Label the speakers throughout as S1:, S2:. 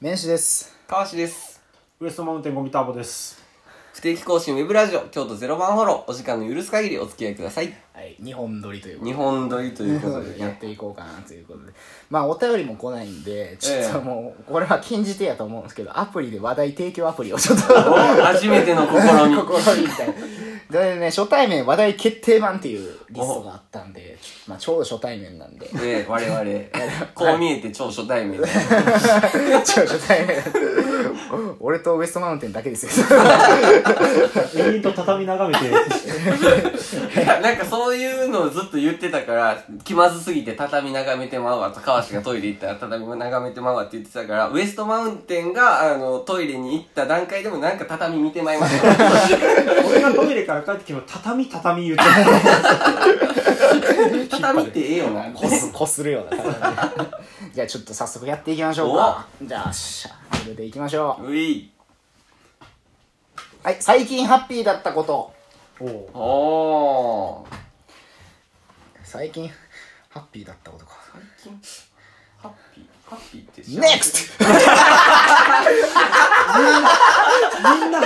S1: メンシです
S2: 川橋です。
S3: ウエストマウンテンゴミターボです。
S2: 不定期更新ウェブラジオ、京都ゼロ番フォロー、お時間の許す限りお付き合いください。
S1: はい2本撮りということ
S2: 日
S1: で
S2: 本撮りということで
S1: やっ
S2: ね。
S1: ていこうかなということでまあお便りも来ないんでちょっ
S2: ええ
S1: ともうこれは禁じ手やと思うんですけどアプリで話題提供アプリをちょっと
S2: お 初めての試 み。
S1: 心にみたいなでね初対面話題決定版っていうリストがあったんで、まあ、ちょうど初対面なん で
S2: ええ、我々、こう見えて超初対 面で。
S1: ちょ初対面俺とウエストマウンテンだけですよ
S3: 永遠と畳眺めて、
S2: いやなんかそういうのをずっと言ってたから、気まずすぎて畳眺めてまうわと、川橋がトイレ行ったら畳眺めてまうわって言ってたから、ウエストマウンテンが、あの、トイレに行った段階でもなんか畳見てまいました。
S3: 俺がトイレから帰ってきても、畳畳言ってた。
S2: 畳ってええよな。
S1: こすこするような感 じでじゃあちょっと早速やっていきましょうかじゃあよっしゃそれでいきましょう
S2: うい。
S1: はい最近ハッピーだったこと
S3: おう
S2: おー。
S1: 最近ハッピーだったことか
S2: 最近ハッピーハッピーって幸せ
S1: NEXT!
S3: みんな、ど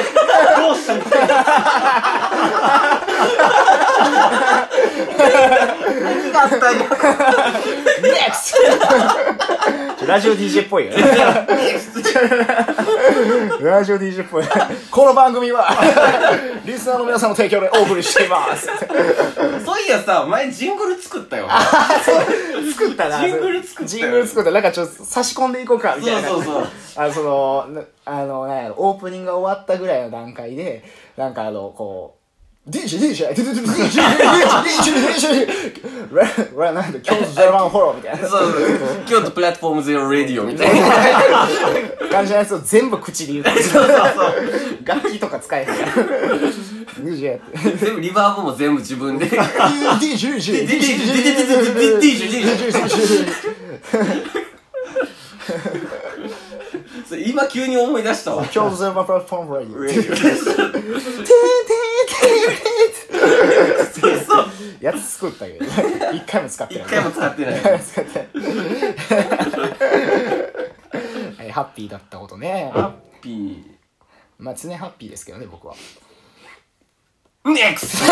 S3: うしたみたいな。
S2: 何があったんや
S1: NEXT! ラジオ DJ っぽいよねラジオ DJ っぽいこの番組はリスナーの皆さんの提供でお送りしています
S2: そういやさ前ジングル作ったよ
S1: 作ったな
S2: ジングル作ったよ
S1: ジングル作ったなんかちょっと差し込んでいこうかみたい
S2: そ
S1: うな
S2: そうそう
S1: あの、その、なあの、なんやろ、オープニングが終わったぐらいの段階で、なんかあの、こう、DJ、DJ、DJ、DJ、DJ、DJ、俺はなんで、今日ゼロワンフォローみたい
S2: そう
S1: な
S2: そう京都プラットフォームゼロレディオみたいな
S1: 感じのやつを全部口で言う。
S2: そうそう
S1: 楽器とか使えへんから。DJ やって。
S2: そう全部リバーブも全部自分で
S1: DJ、DJ、DJ、
S2: それ今急に思い出したわ
S1: 今日ゼロワンフォローフォームラ
S2: レ
S1: ディ
S2: デ
S1: オ。
S2: ィオですそうそう
S1: やつ作ったけど、一回も使って
S2: 一
S1: ない。
S2: 回も使ってない
S1: はいハッピーだったことね。
S2: ハッピ
S1: まあ常ハッピーですけどね僕は
S2: ーネクスト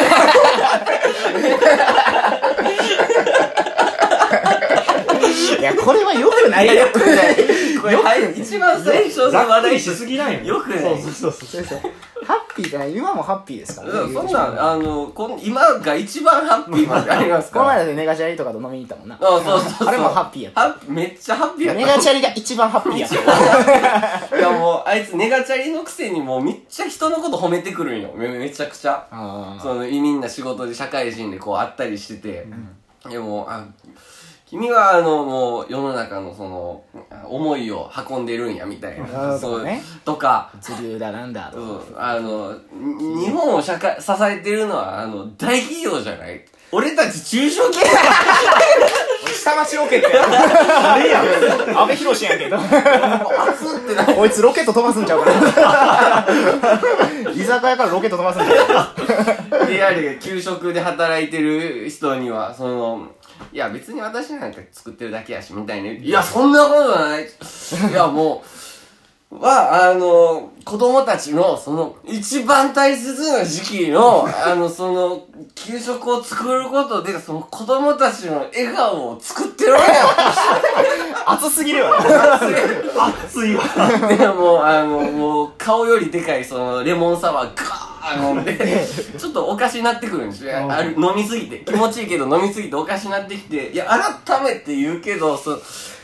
S1: いやこれはよくないよくない
S2: これはい一番最初の
S3: ざっく
S2: 笑
S3: り
S2: い
S3: しすぎなんよ。
S2: よくない
S3: そうそうそうそう。
S1: ハッピーじゃない今もハッピーですから
S2: そ
S1: ね
S2: んなん、あの、こん今が一番ハッピーまであります
S1: こ
S2: か
S1: の
S2: ら。
S1: 前だ
S2: あ
S1: ってネガチャリとかと飲みに行ったもんな
S2: そうそうそう。
S1: あれもハッピーやった
S2: ハッピーめっちゃハッピーやった。
S1: ネガチャリが一番ハッピーやった
S2: いやもう、あいつネガチャリのくせにもうめっちゃ人のこと褒めてくるんよ。めめちゃくちゃ。
S1: あ
S2: その、みんな仕事で社会人でこう会ったりしてて。でも、あ、君はあの、もう世の中のその、思いを運んでるんや、みたい
S1: あ
S2: な。
S1: ーそうね。
S2: とか、
S1: ー物流だなんだ
S2: う
S1: と
S2: んあの、に日本を社会、支えてるのは、あの、大企業じゃない俺たち中小企業
S1: 下町ロケットや阿部寛やけど
S2: 熱ってな
S1: こいつロケット飛ばすんちゃうか な居酒屋からロケット飛ばすんちゃうか
S2: リアルが給食で働いてる人には、その、いや別に私なんか作ってるだけやし、みたいな。いや、そんなことない。いや、もう、は、あの、子供たちの、その、一番大切な時期の、あの、その、給食を作ることで、その子供たちの笑顔を作ってるわ
S1: 熱すぎるよな
S3: 熱いわ。
S2: けよ。で、もう、あの、もう、顔よりでかい、その、レモンサワー、ガー飲んで、ちょっとおかしになってくるんですよ。ある飲みすぎて。気持ちいいけど飲みすぎておかしになってきて。いや、改めて言うけど、その、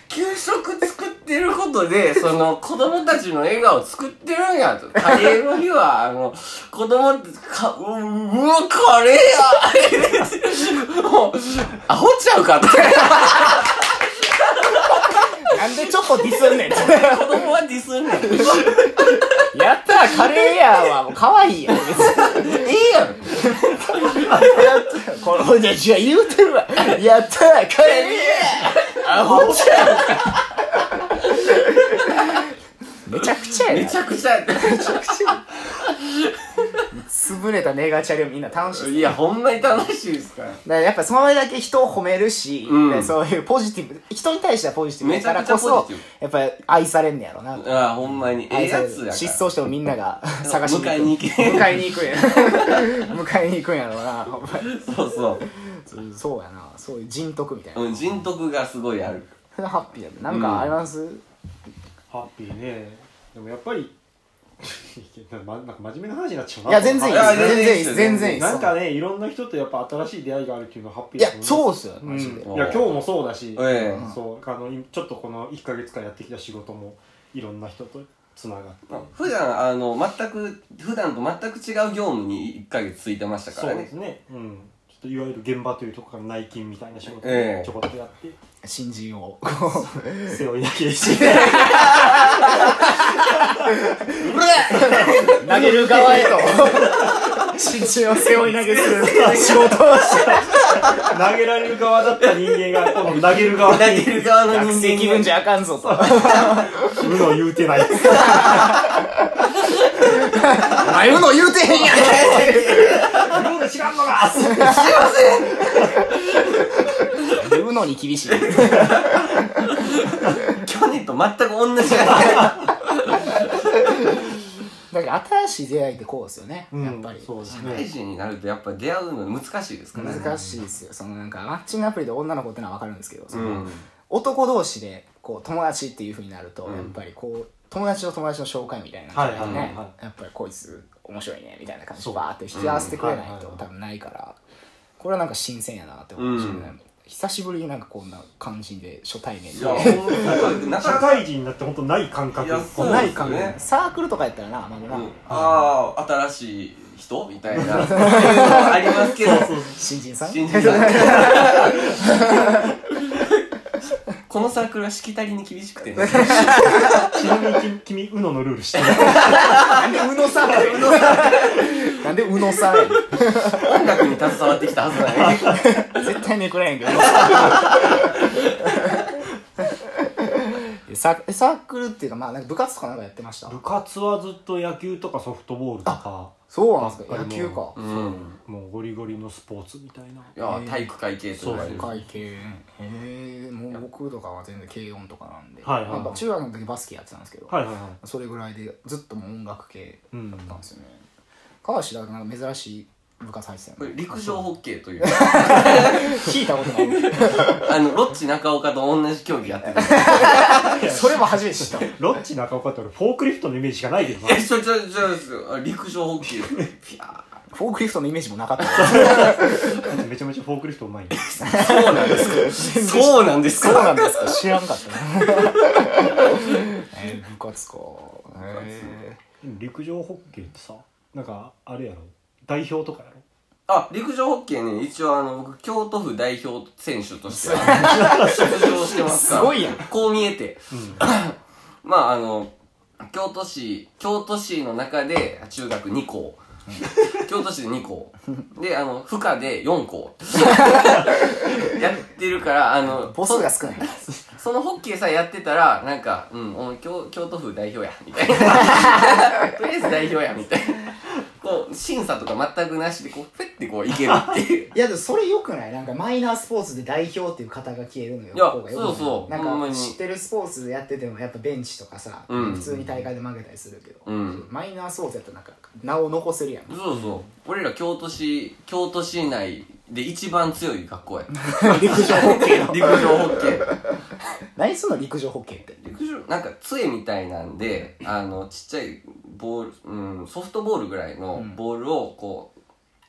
S2: 給食作ってることで、その、子供たちの笑顔作ってるんやと。カレーの日は、あの、子供って、か、ううわ、カレー やもう、アホちゃうかって。
S1: なんでちょっとディスんねん
S2: 子供はディスんねん。
S1: やったーカレーやーはもう可愛いやん別に
S2: ええやん。
S1: やったよこの、じゃ、じゃ、言うてるわ。やったよ帰れアホちゃんめちゃくちゃや
S2: め
S1: な
S2: ち。ゃくちゃやって。
S1: つぶぶれたネガチャリをみんな楽しいっす
S2: いや、ほんまに楽しいですから。
S1: だからやっぱそれだけ人を褒めるし、
S2: うん
S1: でそういうポジティブ人に対してはポジティブだから
S2: めちゃ
S1: こ
S2: くちゃポ
S1: そ
S2: ジティ
S1: やっぱり愛されんねやろな
S2: ああ、ほんまに。ええ
S1: 愛さ
S2: や
S1: れ
S2: つやか
S1: 失踪してもみんな が探しに
S2: 迎えに行け
S1: 迎えに行くんや 迎えに行くんやろなほんまに
S2: ら。そうそう。
S1: そうそうやなそういう人徳みたいな、
S2: うん、人徳がすごいある。
S1: それハッピーやでなんかあります、
S3: ハッピーねでもやっぱり なんかなんか真面目な話になっちゃうない
S1: や全然いい
S2: いや
S1: 全然いいです全
S2: 全
S1: 然いいです
S3: なんかねいろんな人とやっぱ新しい出会いがあるっていうのはハッピー
S1: いや
S3: だと
S1: そう
S3: 思
S1: っすよ
S3: う
S1: マジで、
S3: うんいや今日もそうだし、
S2: ええ
S3: そうあのいちょっとこの1か月間やってきた仕事もいろんな人とつながって
S2: 普段あの全く普段と全く違う業務に1ヶ月ついてましたか
S3: そ
S2: ら
S3: うで
S2: ね
S3: すね、うん、ちょっといわゆる現場というところから内勤みたいな仕事を
S2: ええ
S3: ちょこっとやって、
S1: 新人をこ
S3: 背負いだけして
S1: う投げる側へ と新人を背負い投げする仕事をして
S3: 投げられる側だった人間が今度投げる側
S2: 投
S3: に
S2: げる側の
S1: 学
S2: 人
S1: 生気
S2: 間
S1: 分
S2: が
S1: じゃあかんぞと
S3: 無の言うてない
S1: お前うの言うてへんやん
S3: 無の違うのが
S1: けうのに厳しい
S2: 去年と全く同じや
S1: だから新しい出会いってこうですよね、
S3: うん
S1: やっぱり
S3: そうです
S2: 大
S3: ね
S2: 事になるとやっぱ出会うの難しいですからね
S1: 難しいですよそのなんかマッチングアプリで女の子ってのは分かるんですけど、そうの
S2: ん
S1: 男同士でこう友達っていうふうになると、
S2: うん
S1: やっぱりこう友達と友達の紹介みたいな
S3: はい
S1: ね、
S3: はいはいは
S1: やっぱりこいつ面白いねみたいな感じで
S3: そう
S1: バーって引き合わせてくれないと
S3: うんはいはいはい
S1: 多分ないからこれはなんか新鮮やなって思うし、
S2: うん
S1: 久しぶりになんかこんな感じで初対面
S2: い
S1: で
S2: やほんまにな
S3: 社
S2: かなか
S3: 会人になって本当ない感覚
S2: いやそ う
S1: ないかも
S2: そうですね
S1: サークルとかやったらな、まあな
S2: うんああ新しい人みたいなありますけど
S1: 新人さん
S2: 新人さんこのサークルはしきたりに厳しくてね
S3: ちなみに君君 UNO のルールしてる
S1: なんでうのさんやねん なんでうのさんやね
S2: 音楽に携わってきたはずだよね
S1: ん絶対ネクラやんけどうのさんササークルっていうかまあなんか部活とかなんかやってました
S3: 部活はずっと野球とかソフトボールとか
S1: そうなんですか
S3: あ
S1: 野
S3: でも
S1: 球か
S2: うん
S3: もうゴリゴリのスポーツみたいな
S2: や
S3: い
S2: 体育会系とか
S3: そう
S1: 会計へえもう僕とかは全然軽音とかなんで、
S3: はいはいはい
S1: やっぱ中学の時バスケやってたんですけど、
S3: はいはいはい
S1: それぐらいでずっともう音楽系
S3: うん
S1: だったんですよね川橋だからなんか珍しい部活入ってたよ
S2: こ
S1: ね
S2: れ陸上ホッケーという
S1: 聞いたことない
S2: あのロッチ中岡と同じ競技やってる
S1: それも初めて知った
S3: ロッチ中岡って俺フォークリフトのイメージしかないけ どな
S2: えちょちょちょちょあ陸上ホッケーピャ
S1: フォークリフトのイメージもなかった
S3: めちゃめちゃフォークリフトうまいね
S2: ー そうなんです
S1: そう
S2: かそうなんです
S1: な
S2: か
S1: んですか知ら んかったなえー、部活かえ
S3: 陸上ホッケーってさなんかあれやろ代表とかやろ
S2: あ陸上ホッケーね一応あの僕京都府代表選手として出場してますから
S1: すごいやん
S2: こう見えて まああの京都市京都市の中で中学2校京都市で2校であの府下で4校 やってるからあの
S1: ー、ボスが少ない
S2: そのホッケーさえやってたら、なんか、うん、お前京京都府代表や、みたいな。 とりあえず代表や、みたいな。こう、審査とか全くなしで、こう、ふってこう、いけるっていう。
S1: いやでもそれよくないなんかマイナースポーツで代表っていう肩が消えるのよ
S2: いや
S1: こうがよくない
S2: そうそうほん
S1: な
S2: ま
S1: んか
S2: に
S1: 知ってるスポーツやっててもやっぱベンチとかさ、
S2: うん
S1: 普通に大会で負けたりするけど、
S2: うん
S1: マイナースポーツやったらなんか名を残せるやん
S2: そうそう。俺ら京都市、京都市内で一番強い学 校や。
S1: 陸上ホッケーの
S2: 陸上ホッケー。
S1: 何その陸上ホッケーって
S2: 陸上、なんか杖みたいなんで、あの、ちっちゃいボール、うん、ソフトボールぐらいのボールを、こう、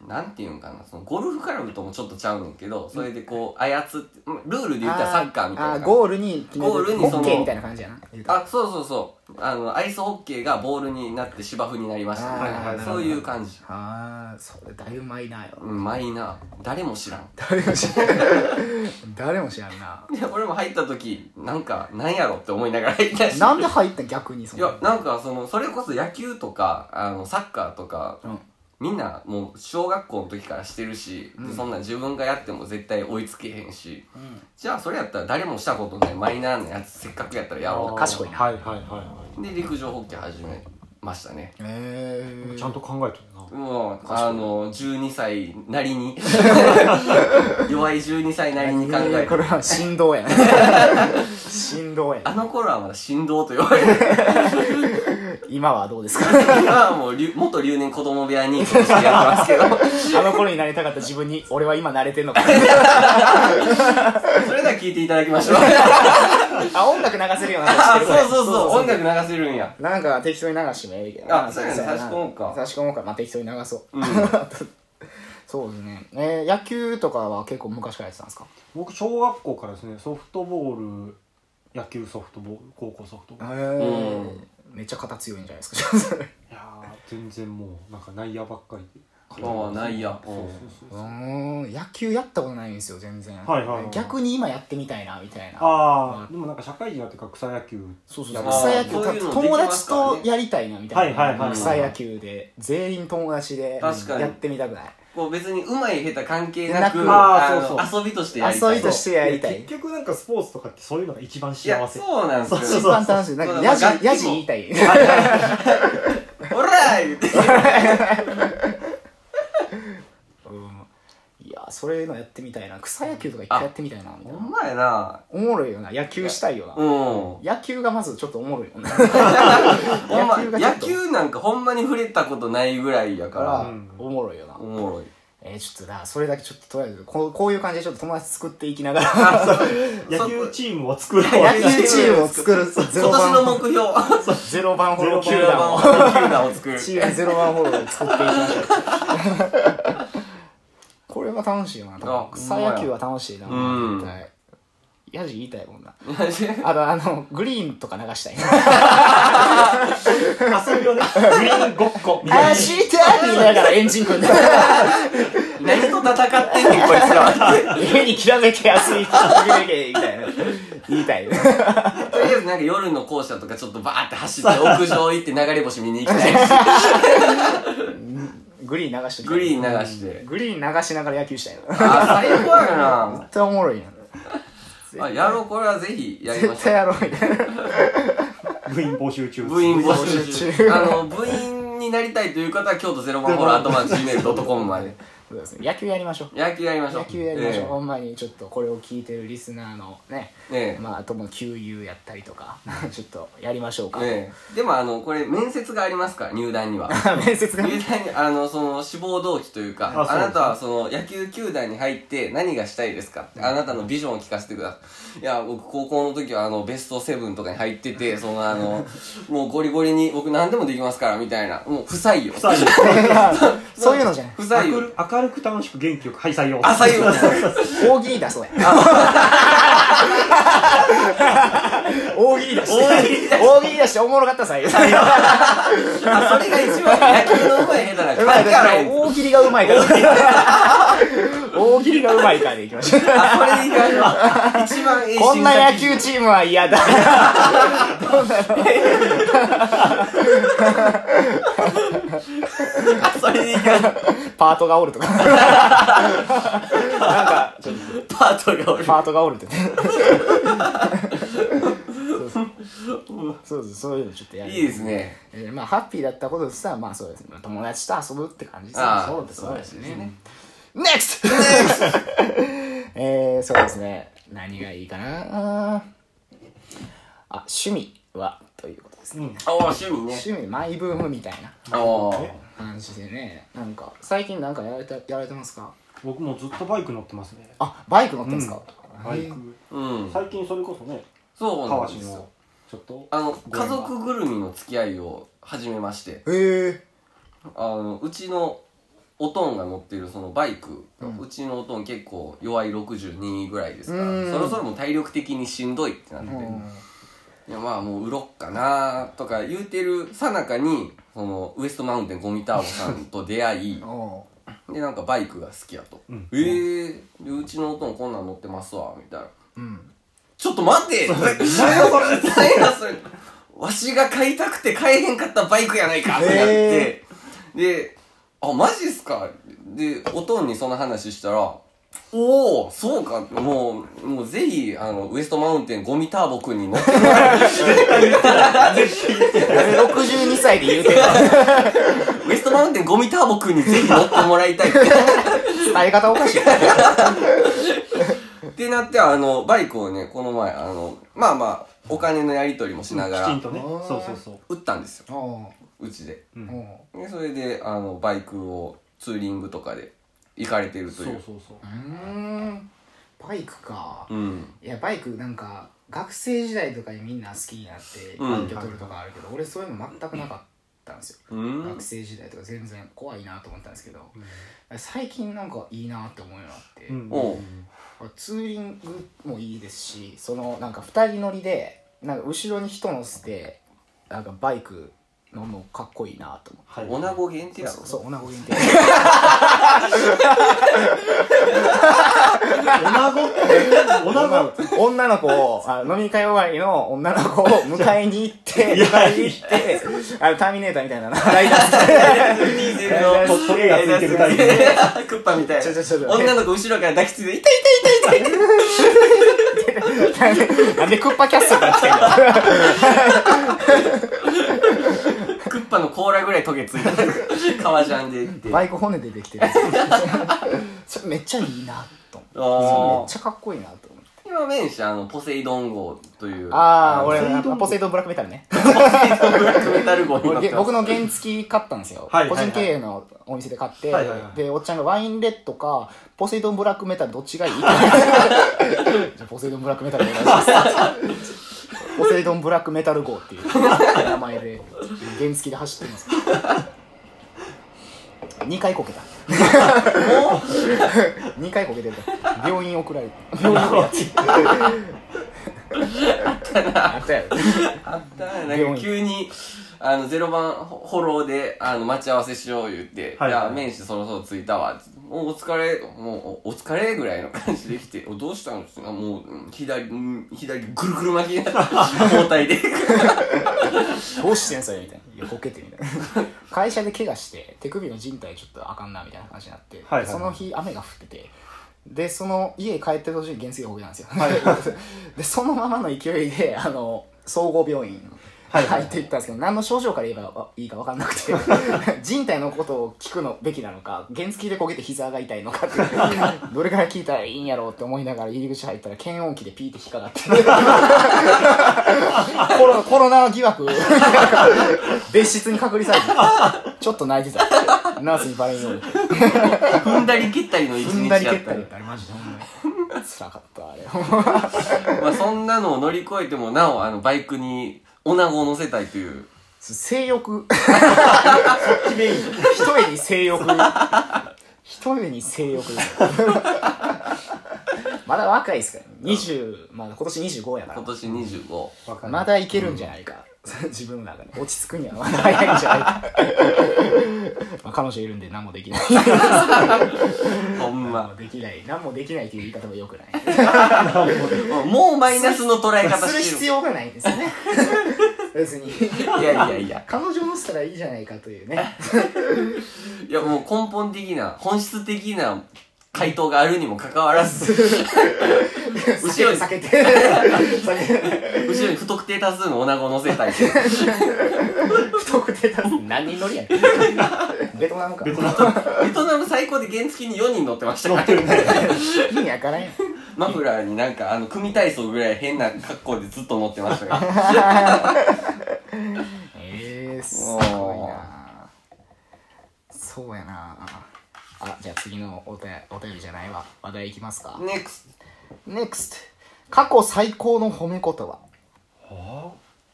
S2: なんていうんかな、そのゴルフクラブともちょっとちゃうねんけど、それでこう、操って、まルールで言ったらサッカーみたいな
S1: あー
S2: 感じ。
S1: ゴールに決める
S2: ゴールに
S1: ホ
S2: その
S1: ッケーみたいな感じやな言うたら
S2: あ、そうそうそう。あの、アイスホッケーがボールになって芝生になりました。
S1: あー
S2: はい
S1: なる
S2: は
S1: ほ
S2: い
S1: ど
S2: そういう感じ。
S1: あーそれだいぶマイナーよ
S2: うん、マイナー。誰も知らん。
S1: 誰も知らん 誰も知らんな
S2: で、俺も入った時、なんか、なんやろって思いながら入ったし。
S1: なんで入ったん逆にそ
S2: い
S1: の
S2: や、なんか、その、それこそ野球とか、あの、サッカーとか、
S1: うん
S2: みんな、もう、小学校の時からしてるし、でそんなん自分がやっても絶対追いつけへんし、じゃあ、それやったら誰もしたことないマイナーなやつ、せっかくやったらやろ
S1: 賢いな
S3: はいはいはいは
S2: う。で、陸上ホッケー始めましたね
S1: ええ
S3: ちゃんと考えとるな
S2: もうあの12歳なりに弱い12歳なりに考え
S1: こ
S2: て
S1: れは振動や ね振動や
S2: あ
S1: ね
S2: の頃はまだ振動と言われて
S1: 今はどうですか
S2: 今はもう 留元留年子供部屋に今年やってますけ
S1: あの頃になりたかった自分に俺は今慣れてんの か
S2: どそれでは聞いていただきましょう
S1: あ音楽流せるようになって
S2: あ
S1: きて
S2: そ
S1: る
S2: う
S1: ね
S2: そうそう音楽流せるんや
S1: なんか適当に流してもええけど
S2: あそうやね差し込もうか
S1: 差し込もうかまあ適当に流そう、
S2: うん
S1: そうですねえー、野球とかは結構昔からやってたんですか
S3: 僕小学校からですねソフトボール野球ソフトボール高校ソフトボール
S2: ん
S1: めっちゃ肩強いんじゃないですかそれ
S3: いやー全然もうなんか内野ばっかりで
S2: ああ内野
S3: そうそうそ
S1: う
S3: うそう
S1: ーん野球やったことないんですよ全然、
S3: はいはいはい
S1: 逆に今やってみたいなみたいな
S3: ああでもなんか社会人になってから草野球
S1: そうそう
S2: いや
S1: そう
S2: まあ
S1: 草野球
S2: そういうの
S1: 友
S2: できま
S1: 達
S2: すからね
S1: とやりたいなみたいな、
S3: はいはいはい
S1: 草野球で全員友達で
S2: 確かに
S1: やってみたくない
S2: こう別に上手い下手関係なく
S1: なく
S2: あの
S3: あーそうそう
S2: 遊びとしてやりた
S1: 遊
S2: い
S1: びとしてやりたい
S3: そう結局なんかスポーツとかってそういうのが一番
S2: いや
S3: 幸せ
S2: そうなんですよ
S1: 一番楽しいなん
S2: そ
S1: か
S2: う
S1: ヤ
S2: だまあ楽器
S1: ジ
S2: も
S1: ヤジ言いたい
S2: ほら言って
S1: うんいやそれのやってみたいな草野球とか一回やってみたいなみたい
S2: ほ
S1: なん
S2: まやな
S1: おもろいよな野球したいよな、
S2: うんほん
S1: 野球がまずちょっとおもろいよな
S2: ま
S1: 野球がちょっ
S2: 野
S1: と
S2: 球なんかほんまに触れたことないぐらいやか
S1: から、
S2: ら
S3: うん
S1: おもろいよな、
S2: おもろい
S1: えー、ちょっとなそれだけちょっととりあえずこうこういう感じでちょっと友達作っていきながら
S3: 野球チームを作る
S1: 野球チームを作るゼロ
S2: 今年の
S1: 番
S2: 目標
S1: ゼロ番フォロー球
S2: 球団
S1: 団
S2: を
S1: を
S2: 球団を作 る
S1: チームゼロ番フォローを作っていきましょう これは楽しいよな多分
S2: あ
S1: 草野球は楽しいな
S2: うん
S1: 絶対ヤジ言いたいもんなあとあのグリーンとか流したいな
S3: 遊びをねグリーンごっこみた
S1: あ
S3: い
S1: ー知 りたいって言いながらエンジン組ん で
S2: 何と戦ってんねんこいつらは
S1: 家にきらめけやすいきらめけみたいな言いたいね
S2: とりあえずなんか夜の校舎とかちょっとバーって走って屋上行って流れ星見に行きたいし
S1: グリーン流して
S2: グリー
S1: ン
S2: ン流して
S1: グリーン流しながら野球したいな
S2: あ最高やな
S1: 絶対おもろいやん
S2: あやろうこれはぜひやりま
S1: 絶
S2: しょ
S1: 対
S2: う
S1: やろうみたいな
S3: な部員募集中
S2: 部員募
S1: 募
S2: 集
S1: 集
S2: 中
S1: 中
S2: あの部員になりたいという方は京都ゼロ番ホラーとマーク Gmail.com まで
S1: そうですね野球やりましょう
S2: 野球やりましょう
S1: 野球やりましょう、ほ
S2: う、
S1: んまにちょっとこれを聞いてるリスナーのね、
S2: ええ
S1: まああとも給油やったりとか ちょっとやりましょうか、
S2: ええでもあのこれ面接がありますから入団には
S1: 面接が
S2: 入団にあのその志望動機というか
S3: あ
S2: あ
S3: そうですね
S2: なたはその野球球団に入って何がしたいですかってあなたのビジョンを聞かせてくださいいや僕高校の時はあのベストセブンとかに入っててその あのもうゴリゴリに僕何でもできますからみたいなもう不採用不採用
S1: そういうのじゃない
S2: 不採
S3: 明
S2: 用
S3: る明るく楽しく元気よくはい採用
S2: あ採 用
S1: 大喜利だそうや大喜利だして
S2: 大
S1: 大喜
S2: 喜利
S1: 利だしておもろかったさよ
S2: あそれが一番野球の上手い下手な
S1: うまい
S2: 関係
S1: だから
S2: ないんです
S1: 大喜利がうまいから大喜利がうまいからでいきま しょう
S2: あそれ以外は一番ええ
S1: こん
S2: 審
S1: な
S2: 査
S1: 野
S2: 基準
S1: 球チームは嫌だどんなの
S2: あそれ以外
S1: パートがおるとかなんかちょっと
S2: パートがおる
S1: パートがおるってねそうそうそういうのちょっとやる
S2: いいですね
S1: えーまあハッピーだったことですらまあそうですね友達と遊ぶって感じですね
S2: ああ
S1: そうですそうです
S2: そうですね
S1: ね NEXT! えー、そうですね何がいいかなあ趣味はということですね、
S2: おお趣味ね
S1: 趣味マイブームみたいな
S2: おおー
S1: 感じでねなんか最近なんかやられたやられてますか
S3: 僕もずっとバイク乗ってますね
S1: あバイク乗ってますか、
S3: バイ
S1: へー
S3: ク
S2: うん
S3: 最近それこそね
S2: そうなん
S3: 川
S2: で
S3: 氏
S2: すよ
S3: のちょっと
S2: あの家族ぐるみの付き合いを始めまして
S1: へえ
S2: あのうちのおとんが乗ってるそのバイク、う
S1: うん
S2: ちのおとん結構弱い62ぐらいですか
S1: う
S2: ら
S1: ん
S2: そろそろもう体力的にしんどいってなって、いやまあもう売ろっかなとか言うてるさなかにそのウエストマウンテンゴミターボさんと出会い
S1: お
S2: でなんかバイクが好きやと「
S3: うん
S2: ええー、でうちのおとんこんなん乗ってますわ」みたいな
S1: ううん
S2: ちょっと待て何やそれ何やそれわしが買いたくて買えへんかったバイクやないかってなって、で、あ、マジっすかで、おとんにその話したら、おおそうかもうもうぜひあのウエストマウンテンゴミターボくんに乗っても らって
S1: 俺62歳で言うてるわ
S2: ウエストマウンテンゴミターボくんにぜひ乗ってもらいたいって
S1: 伝え方おかしい
S2: ってなってあのバイクをねこの前あのまあまあお金のやり取りもしなが
S3: きち
S2: ら
S3: んとね
S1: あー
S3: そうそうそ
S2: 売
S3: う
S2: ったんですよ
S1: お
S2: うちで
S1: う
S3: うん
S1: お
S2: でそれであのバイクをツーリングとかで行かれてると
S3: そう
S2: いう
S3: そうそう
S1: ううーんバイクか
S2: うん
S1: いやバイクなんか学生時代とかにみんな好きになって
S2: うん
S1: 免許取るとかあるけど、俺そういうの全くなかったんですよ、
S2: うん
S1: 学生時代とか全然怖いなと思ったんですけど
S3: うん
S1: 最近なんかいいなって思うようになって、
S3: うん
S2: おう
S1: ツーリングもいいですしそのなんか2人乗りでなんか後ろに人乗せてなんかバイク乗るのかっこいいなと思って。
S3: はい
S2: 女子限定やろ
S1: そうそう、女子限定。
S3: 女子女子
S1: 女の子を、あ飲み会終わりの女の子を迎えに行って、
S3: いや
S1: 迎えに行って、あの、ターミネーターみたいなな、ライダーして
S2: 20の
S3: ポットレがついてるタイプ
S2: クッパみたい
S1: ちょちょちょち
S2: な
S1: ょ
S2: 女の子後ろから抱きついて痛い痛い痛い痛い
S1: なんでクッパキャッスルが来てんの
S2: クッパの甲羅ぐらいトゲついてる革ジャンでって
S1: バイク骨でできてるそれめっちゃいいなと思ってそれめっ
S2: あ
S1: ちゃかっこいいなと思って
S2: 今面してあのポセイドン号という
S1: ああ俺
S3: ポセイドン
S1: ポセイドンブラックメタルね
S2: ブラックメタル号に乗っ
S1: 俺
S2: て
S1: げ
S2: ま
S1: 僕の原付買ったんですよ
S3: はい
S1: 個人経営のお店で買って
S3: はいはいはい
S1: でおっちゃんがワインレッドかポセイドンブラックメタルどっちが いいって言ってじゃあポセイドンブラックメタルでお願いしますポセイドンブラックメタル号っていう名前で原付で走ってます2回こけた2回こけてる病院送られて病院送られてあったやろ
S2: すあったななんか急にあのゼロ番フォローであの待ち合わせしよう言って「
S3: はいいはい
S2: や面してそろそろ着いたわ」って「おお疲れもうおお疲れ」ぐらいの感じで来て「おどうしたの?」って言ったらもううん左うん左ぐるぐる巻きになった包帯で
S1: どうしてんそれみたいな。いや、こけてみたいな。会社で怪我して、手首の靭帯ちょっとあかんなみたいな話になって、
S3: はいはい
S1: その日雨が降ってて、で、その家帰ってる途中に原付がこけたんですよ。 で、そのままの勢いで、あの、総合病院。
S3: はいはい
S1: 入っていったんですけど、何の症状から言えばいいか分かんなく て人体のことを聞くのべきなのか原付でこけて膝が痛いのかっていう どれから聞いたらいいんやろうって思いながら入り口入ったら検温器でピーって引っかかってコロコロナ疑惑 別室に隔離されてちょっと泣いてたナースにバレんように
S2: 踏んだり蹴ったりの一
S1: 踏ん
S2: 日
S1: だり
S2: や
S1: 蹴
S2: っ
S1: った
S2: た
S1: り
S2: り
S1: ってあれマジでほんまにつらかったあれ
S2: まあそんなのを乗り越えてもなおあのバイクに女子を乗せたいという
S1: 性欲
S3: 決めいい
S1: 一重に性欲一重に性欲まだ若いですからね20まだ今年25やか
S2: 今
S1: ら
S2: 年25
S1: まだいけるんじゃないか、自分の中で落ち着くにはまだ早いんじゃないかまあ彼女いるんで何もできない
S2: ほんま
S1: 何もできない何もできないという言い方もよくない
S2: もうマイナスの捉え方
S1: する
S2: して
S1: 必
S2: る
S1: 要がないですね別に
S2: いやいやいや
S1: 彼女を乗せたらいいじゃないかというね
S2: いやもう根本的な本質的な回答があるにもかかわら ず
S1: 後
S2: ろに
S1: 避けて避けて
S2: 後ろに不特定多数の女子を乗せたいという
S1: 不特定多数何人乗りやねんベトナムか
S3: ベトナム
S2: ベトナム最高で原付に4人乗ってました
S3: 乗
S2: か
S3: って
S2: ら
S3: るね
S1: 意味わからんやん
S2: マフラーになんかあの組体操ぐらい変な格好でずっと乗ってましたから
S1: えー、すごいなそうやなあじゃあ次のおたお便りじゃないわ話題いきますか
S2: NEXT
S1: NEXT 過去最高の褒め言葉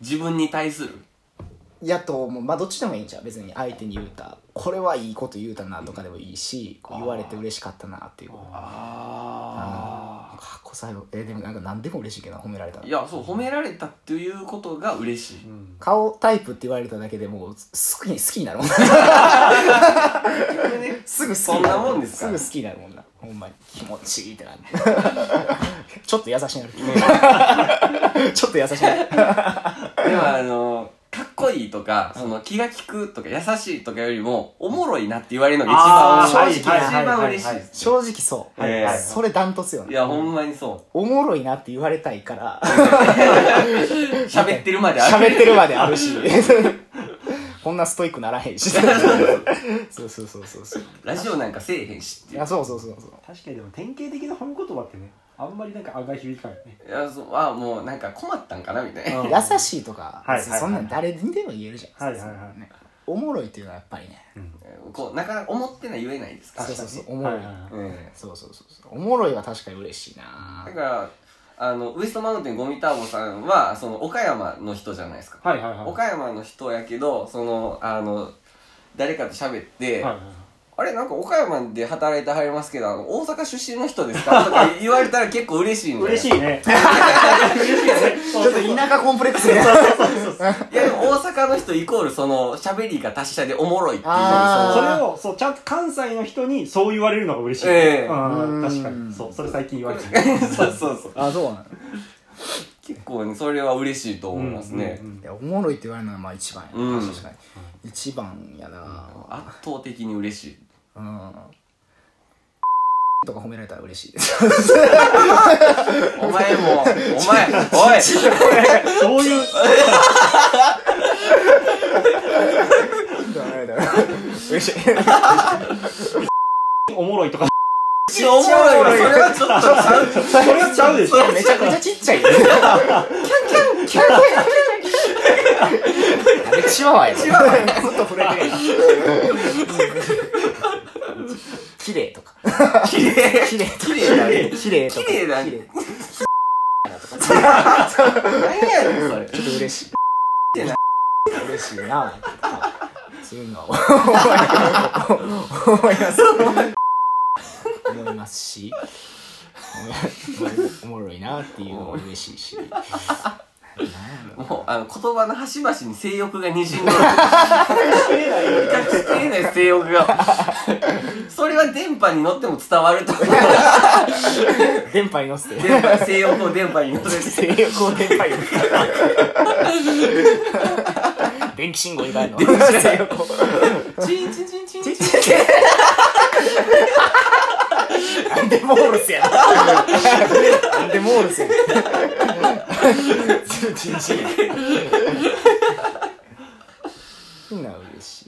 S2: 自分に対する
S1: やと思うまあどっちでもいいんじゃう別に相手に言うたこれはいいこと言うたなとかでもいいしこう言われて嬉しかったなっていうこと
S2: あ
S1: なんか過去最後えでもなんか何でも嬉しいけどな褒められたら
S2: いやそう褒められたということが嬉しい
S3: うん
S1: 顔タイプって言われただけでもうす好きに好きになるもんな すぐ好きにる
S2: そんなもんですから
S1: すぐ好きになるもんなほんまに気持ちいいって なって ちょっと優しいなるちょっと優しいなる
S2: でもあのかっこいいとか、その気が利くとか優しいとかよりも、おもろいなって言われるのが一番
S1: あー
S2: 正
S1: はい
S2: 直、
S1: は
S2: 一
S3: いはい
S2: 番嬉しいです。
S1: 正直そう、
S2: はいはいはい
S1: それダントツよ
S2: い
S1: ね
S2: や、ほんまにそ
S1: おもろいなって言われたいから
S2: う。喋ってるまである。
S1: 喋ってるまである しこんなストイックならへんしそうそうそうそうそう
S2: ラジオなんかせえへんしって
S1: い
S2: いう
S1: や。そうそうそうそう
S3: 確かにでも典型的な褒め言葉ってねあんまりなんか案外響かないよね
S2: いや、そう、あもうなんか困ったんかなみたいな。
S3: うん
S1: 優しいとか、
S3: はいはいはい
S1: そんなん誰にでも言えるじゃん、
S3: はいはいはい
S1: ねおもろいっていうのはやっぱりね
S2: こう、なかなか思ってない言えないですか
S1: そ
S2: ら。
S1: うそうそうお
S3: 確
S1: も
S3: かに
S1: ろい、
S3: はいはいはい
S2: うん
S1: そうそうそうそうおもろいは確かに嬉しいな
S2: だから、あの、ウエストマウンテンゴミターボさんは、その、岡山の人じゃないですか。
S3: はいはいはい
S2: 岡山の人やけど、その、あの、誰かと喋って、
S3: はいはいはい
S2: あれなんか岡山で働いてはりますけど、あの、大阪出身の人ですかとか言われたら結構嬉しいんで。
S3: 嬉し
S2: い。
S3: いね嬉しいよね
S1: ちょっと田舎コンプレックスね
S2: いやでも大阪の人イコールその、喋りが達者でおもろいっていう、そ
S1: あ
S2: の、
S3: それをそうちゃんと関西の人にそう言われるのが嬉しい、
S2: ええ
S3: う
S1: う
S3: ん
S1: ん
S3: 確かにそうそれ最近言われてる
S2: そうそうそう。
S1: あそうなの
S2: 結構ね、それは嬉しいと思いますね
S3: う。んうん
S1: いやおもろいって言われるのはまあ一番やな、
S2: うん
S1: 確かに一番やな
S2: 圧倒的に嬉しい。
S1: うん、とか褒められたら嬉しい です
S2: お前も、お前、おい
S3: うんそういう
S1: ダメだ 嬉しい
S3: おもろいとか
S2: ちおもろいわ、それはちょっとちゃう。
S3: それはちゃうでしょ
S1: めちゃくちゃちっちゃいキャンキャンキャンキャンキャンあれチワワやチワワずっと触れてる綺麗とか
S2: 綺麗。
S1: 綺麗とか
S2: 綺麗だね。
S1: 綺麗とか
S2: 綺麗だね
S1: 綺麗ちょ
S2: 何やねん、それ。
S1: っと嬉しい
S2: てな
S1: 嬉しいなそういうのは思い思います思いますしおもろいなっていうのも嬉しいしなんやろ
S2: もう、あの、言葉の端々に性欲が滲んでる。隠しきれない性欲が。それは電波に乗っても伝わると思う。
S1: 電波に乗せて
S2: 電波、性欲を電波に乗せて。
S1: 性欲を電波に電気信号以外の性欲を
S2: チンチンチンチンチン。
S1: なんでモールスやなんでモールスや通知しそんなん嬉しい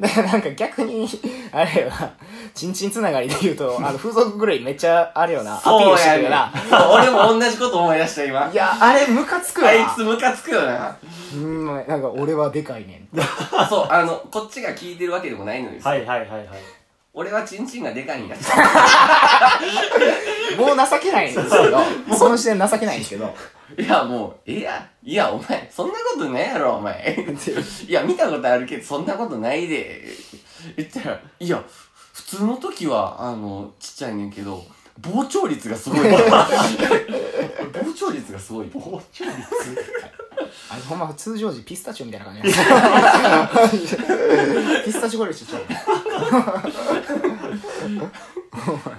S1: だからなんか逆にあれはチンチンつながりで言うとあの風俗狂いめっちゃあれよなアピールしてくるよな
S2: そうやねん俺も同じこと思い出した、今。
S1: いやあれムカつくわ
S2: あいつムカつくよな。
S1: うんなんか俺はでかいねん
S2: そう、あの、こっちが聞いてるわけでもないのにさ
S3: はいはいはいはい
S2: 俺はチンチンがでかいんだ。
S1: もう情けないんですけど、その時点で情けないんですけど、
S2: いや、もう、い や、いや、お前、そんなことないやろ、お前。 いや、見たことあるけど、そんなことないで。言ったら、いや、普通の時は、あの、ちっちゃいねんけど、膨張率がすご い。 膨張率がすごい。
S3: 膨張率
S1: あれほんま通常時ピスタチオみたいな感じなんですよ ピスタチオゴリラちっちゃい。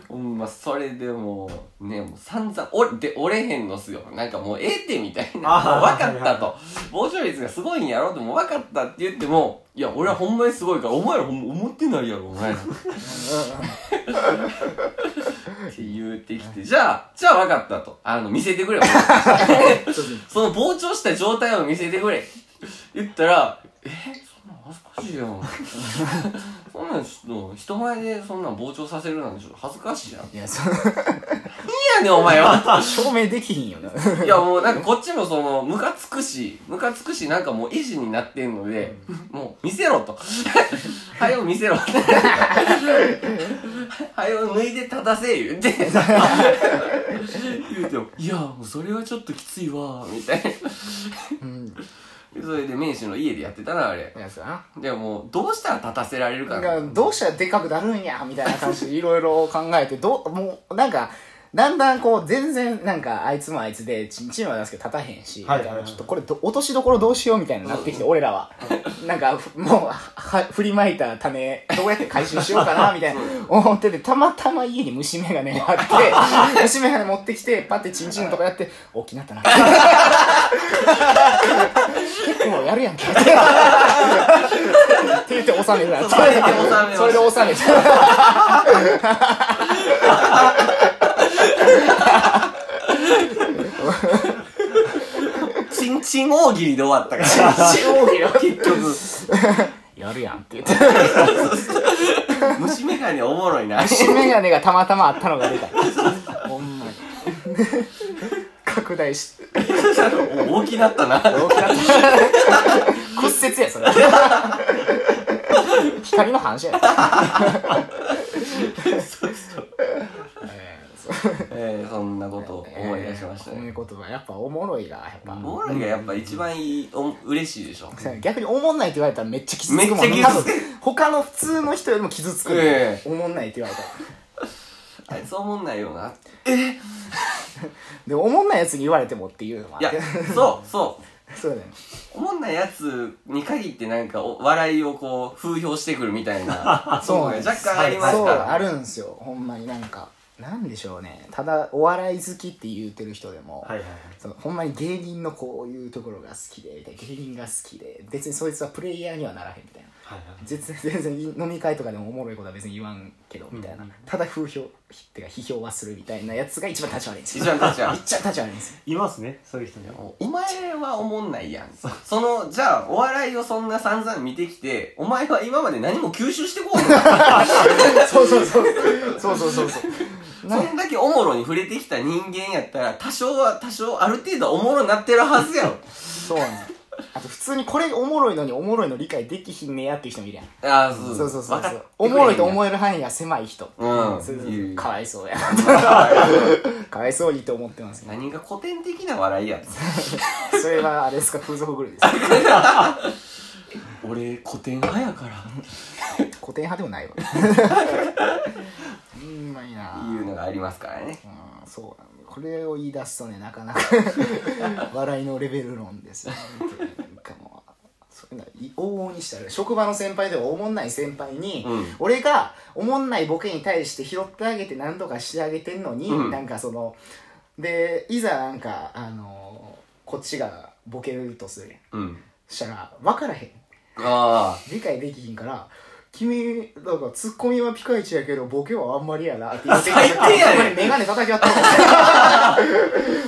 S2: ほんま、それでもう、ね、もう散々、折で折れへんのっすよ。なんかもう、ええってみたいな。
S3: あー
S2: もう分かったと。膨張率がすごいんやろって、もう分かったって言っても、いや、俺はほんまにすごいから、お前らほんま思ってないやろ、お前ら。って言うてきて、じゃあ、じゃあ分かったと。あの、見せてくれ。 その膨張した状態を見せてくれ。言ったら、えそんなん恥ずかしいやん。 そんなんちょっと、人前でそんなん膨張させるなんてちょっと恥ずかしいやん。い
S1: いや、その、
S2: やねん、お前は。
S1: 証明できひんよな。
S2: いや、もうなんかこっちもその、ムカつくし、ムカつくし、なんかもう意地になってんので、もう見せろと。 はよ見せ ろ。はよ脱いで立たせ言 うて。言うても、いや、もうそれはちょっときついわ、みたいな。
S1: うん。
S2: でそれで名手の家でやってたなあれ
S1: いや、そうや
S2: でももうどうしたら立たせられる
S1: な。
S2: か
S1: な んか、どうしたらでかくなるんや、みたいな感じでいろいろ考えて、どう、もう、なんか、だんだんこう全然なんかあいつもあいつでチンチンは出すけど立たへんし、
S3: はいはいはい
S1: みたいなちょっとこれど落としどころどうしようみたいになってきて俺らはなんかふもうはは振りまいた種どうやって回収しようかなみ たいな思っててたまたま家に虫眼鏡があって虫眼鏡持ってきてパッてチンチンのとかやって大きな ったな結構やる やんけって言って収めるなって
S2: それで収めました
S1: それで収めた
S2: チンチン大喜利で終わった から。結局。
S1: やるやんって 言って
S2: 虫眼鏡おもろいな。
S1: 虫眼鏡がたまたまあったのが出たほんまに拡大し
S2: お大きなったな。
S1: 大きなった骨折やそれ 光の反射やえーそう
S2: えー、そんなことを思い出しました
S1: え
S2: ね。
S1: ーこういう言葉やっぱおもろいがやっぱ、
S2: おもろいがやっぱ一番いい、お嬉しいでしょ。
S1: 逆におもんないって言われたらめっちゃ傷つくもん
S2: めっちゃ傷つく
S1: 多分他の普通の人よりも傷つく、
S2: え
S1: おもんないって言われたら
S2: あいつおもんないよな。
S1: でおもんないやつに言われてもっていうのもあ
S2: いや
S1: って、
S2: そう、そう。
S1: そうだよね
S2: おもんないやつに限ってなんかお笑いをこう風評してくるみたいな
S1: そう
S2: のが若干あります
S1: そう
S2: か
S1: あ
S2: ら
S1: るんすよほんまになんかなんでしょうねただお笑い好きって言うてる人でも、
S3: はいはいはい
S1: そのほんまに芸人のこういうところが好きでみたいな芸人が好きで別にそいつはプレイヤーにはならへんみたいな
S3: はいはい
S1: 全然全然飲み会とかでもおもろいことは別に言わんけどみたいな、ただ風評ってか批評はするみたいなやつが一番立ち悪いんです
S2: 一
S1: よ
S2: 番たち は
S1: めっちゃ立ち悪いんですよ
S3: いますねそういう人ね
S2: お前はおもんないやんそのじゃあお笑いをそんな散々見てきてお前は今まで何も吸収してこうな
S1: そうそうそうそうそうそうそうな
S2: そんだけおもろに触れてきた人間やったら多少は多少ある程度はおもろなってるはずや ろ
S1: そうなんですあと普通にこれおもろいのにおもろいの理解できひんねやっていう人もいるやん
S2: ああそう
S1: そうそうそう
S2: 分か
S1: そ
S2: って
S1: うおもろいと
S2: う
S1: 思える範囲が狭い人うんそうそう
S2: いるいる
S1: かわいそうや かわいそうにと思ってますね
S2: 何が古典的な笑いやつ
S1: それはあれですか風俗狂いですか
S2: 俺古典派やから
S1: 古典派でも ないわうんまいな
S2: いうのがありますからね
S1: うんそうなんだこれを言い出すとねなか なか笑いのレベル論ですよねなんかもうそういうのい往々にしてある職場の先輩ではおもんない先輩に、
S2: うん
S1: 俺がおもんないボケに対して拾ってあげて何とかしてあげてんのに、
S2: うん
S1: なんかそのでいざなんかあのこっちがボケるとするやん
S2: うん
S1: したら分からへん
S2: ああ
S1: 理解できひんから君だからツッコミはピカイチやけどボケはあんまりやなって言って
S2: 最低やねん
S1: ほんまにメガネ叩き 割ったの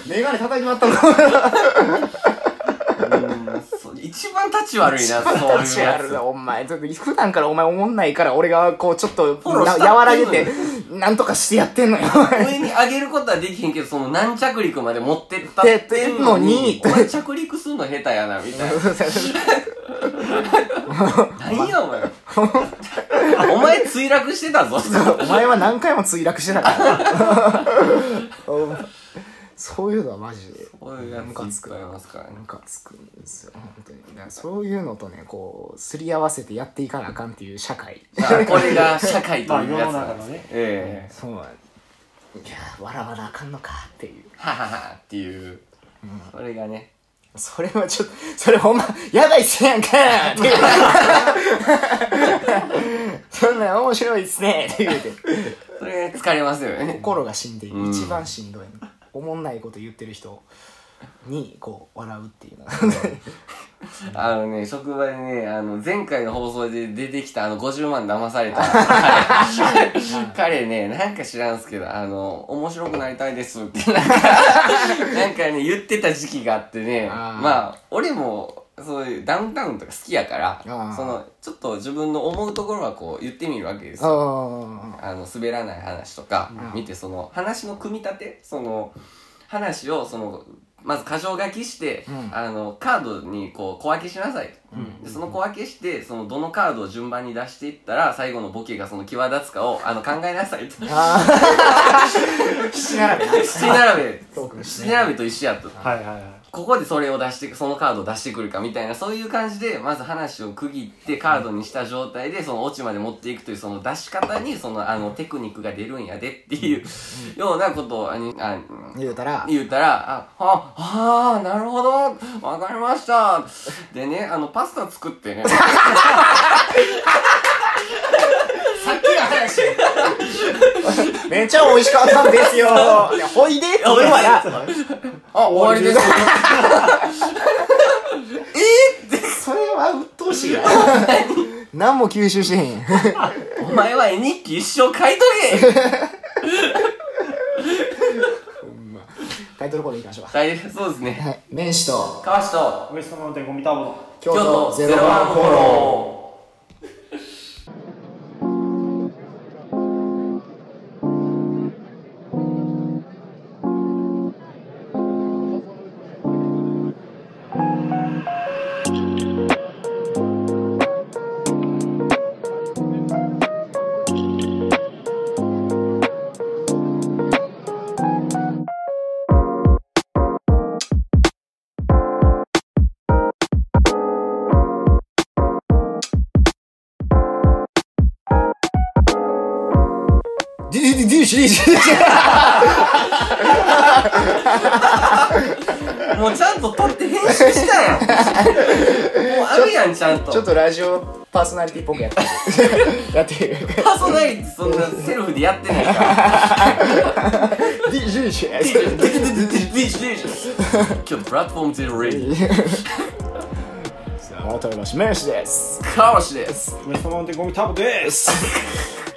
S1: メガネ叩き割ったの
S2: そう一番立ち 悪いな、そう
S1: 立
S2: いう
S1: ちや
S2: や
S1: る
S2: つ。
S1: なお前ちょっと普段からお前おもんないから俺がこうちょっと
S2: ォロー
S1: な
S2: した
S1: 和ら
S2: ってん
S1: げ
S2: のよ
S1: てなんとかしてやってんのよ
S2: 上に上げることはできへんけど、その軟着陸まで持ってった
S1: でで のに
S2: お前着陸すんの下手やな、みたいな。何や、お前。お前墜落してたぞ。
S1: お前は何回も墜落してたから そういうのはマジで
S2: こういうやついっぱいいますからね。
S1: ムカつくんですよ本当にだからそういうのとねこうすり合わせてやっていかなあかんっていう社会
S2: あこれが社会というやつ
S3: ま
S2: な
S3: あ世の中
S2: んで
S3: の
S2: す
S3: ね
S2: ええ
S1: そうなんいやー笑わなあかんのかっていう
S2: はははっていう。それがね。
S1: それはちょっとそれほんまやばいっすやんかーっていう そんなん面白いっすねって言うて
S2: それが疲れますよね。
S1: 心が死んでいる、
S2: うん
S1: 一番しんどいのおもんないこと言ってる人にこう笑うっていうのが
S2: あのね、職場でね、あの、前回の放送で出てきたあの50万騙さ れた彼彼ね、なんか知らんすけど、あの、面白くなりたいですって、なんか、なんかね、言ってた時期があってね、
S1: あー
S2: まあ、俺も、そういうダウンタウンとか好きやから
S1: あー、
S2: その、ちょっと自分の思うところはこう言ってみるわけですよ。
S1: ああ
S2: あの滑らない話とか
S1: うん
S2: 見てその話の組み立てその話をそのまず箇条書きして、
S1: うん
S2: あのカードにこう小分けしなさいでその小分けしてそのどのカードを順番に出していったら最後のボケがその際立つかをあの考えなさいと
S1: ああ岸並べ
S2: 七並べ
S1: そうですね
S2: 七並べと一緒やと
S3: はいはいはい
S2: ここでそれを出してそのカードを出してくるかみたいなそういう感じでまず話を区切ってカードにした状態でそのオチまで持っていくというその出し方にそのあのテクニックが出るんやでっていうようなことをあにあ
S1: 言うたら
S2: 言うたら、あ、あ、あーなるほど、わかりました。でね、あの、パスタ作ってね。
S1: さっきの話めっちゃ美味しかったんですよいやほいでって言うわな
S2: あ、終わりです。
S1: それは鬱陶しいな何も吸収してへん
S2: お前は絵日記一生書いとけ
S1: タイトルコールいきましょうか
S2: はい、そうですね。
S1: はい面師と
S2: 川下と、
S3: ウエストマウンテンゴミターボの
S1: 京都ゼロワンフォローデュデュデュシリーシリーシ
S2: もうちゃんと撮って編集したやん。もうあるやん、ちゃんと。
S1: ちょっとラジオパーソナリティっぽくやってるやってる
S2: パーソナリティそんなセルフでやってないから。
S1: デュシリーシリ
S2: ディディディディディディ今日プラットフォームゼロレディ
S1: 改めまして面師です
S2: 川下です。
S3: ウエストマウンテンゴミターボです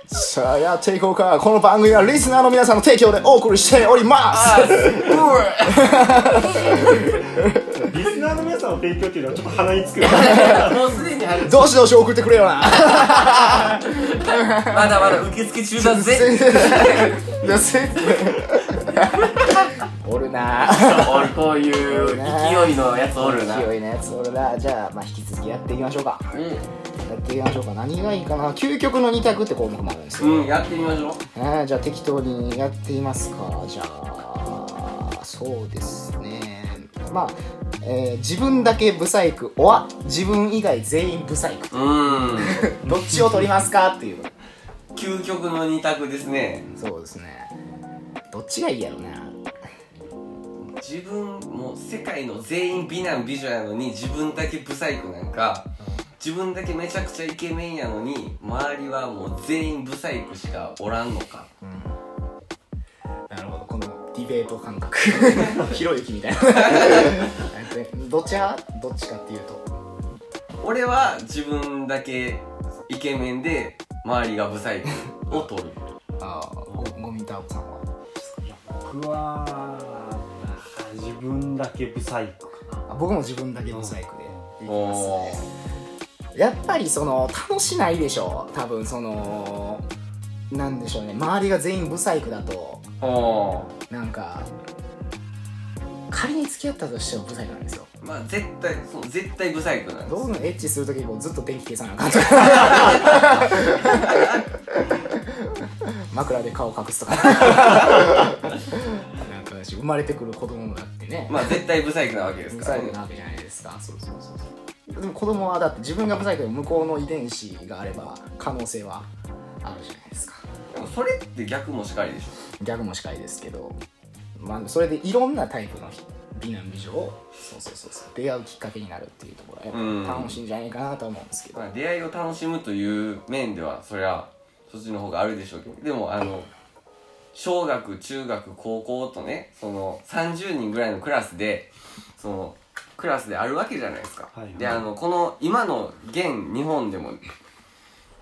S1: さあやっていこうかこの番組はリスナーの皆さんの提供でお送りしております
S2: あーうわ
S3: リスナーの皆さんの提供っていうのはちょっと鼻につくよ
S2: もうすでにある。
S1: どしどし送ってくれよな
S2: まだまだ受付中だぜ。
S1: おるな
S2: おいこういう勢いのやつおるな。
S1: 勢いのやつおるなじゃあ,、まあ引き続きやっていきましょうか
S2: う
S1: やっていきましょうか何がいいかな究極の二択って項目もあるんですよ、
S2: ん、うん、やってみましょう。
S1: ねえじゃあ適当にやっていますかじゃあそうですねまあ、えー自分だけブサイクおわ自分以外全員ブサイク
S2: うー ん。
S1: どっちを取りますかっていう
S2: 究極の二択ですね。
S1: そうですねどっちがいいやろな
S2: 自分もう世界の全員美男美女やのに自分だけブサイクなんか自分だけめちゃくちゃイケメンやのに周りはもう全員ブサイクしかおらんのか
S1: なるほどこのディベート感 覚ひろゆきみたいな どっち派どっちかっていうと
S2: 俺は自分だけイケメンで周りがブサイクを取る
S1: ああゴミタオさんは
S3: 僕は自分だけブサイクかな
S1: あ僕も自分だけブサイクでいきます
S2: おー
S1: ねやっぱりその楽しないでしょ多分そのなんでしょうね周りが全員ブサイクだと
S2: おー
S1: なんか仮に付き合ったとしてもブサイクなんですよ
S2: まあ絶対そう絶対ブサイクなんで
S1: どう
S2: す
S1: もエッチするときこうずっと電気消さなあかんとか 枕で顔隠すとか なんか生まれてくる子供もだってね
S2: まあ絶対ブサイクなわけです
S1: ブ
S2: か
S1: サ
S2: ら
S1: イク
S2: ね
S1: なわけじゃないですかそうそうそうそうでも子供はだって自分がブサイクでも向こうの遺伝子があれば可能性はあるじゃないですか
S2: でもそれって逆もしかりでし
S1: ギャグもしかりですけど、まあ、それでいろんなタイプの美男美女をそうそうそうそう出会うきっかけになるっていうところ
S2: うん
S1: は楽しいんじゃないかなと思うんですけ
S2: ょ、
S1: ど、
S2: まあ、出会いを楽しむという面ではそりゃそっちの方があるでしょうけどでもあの小学中学高校とねその30人ぐらいのクラスでそのクラスであるわけじゃないですか、
S3: はい
S2: であのこの今の現日本でも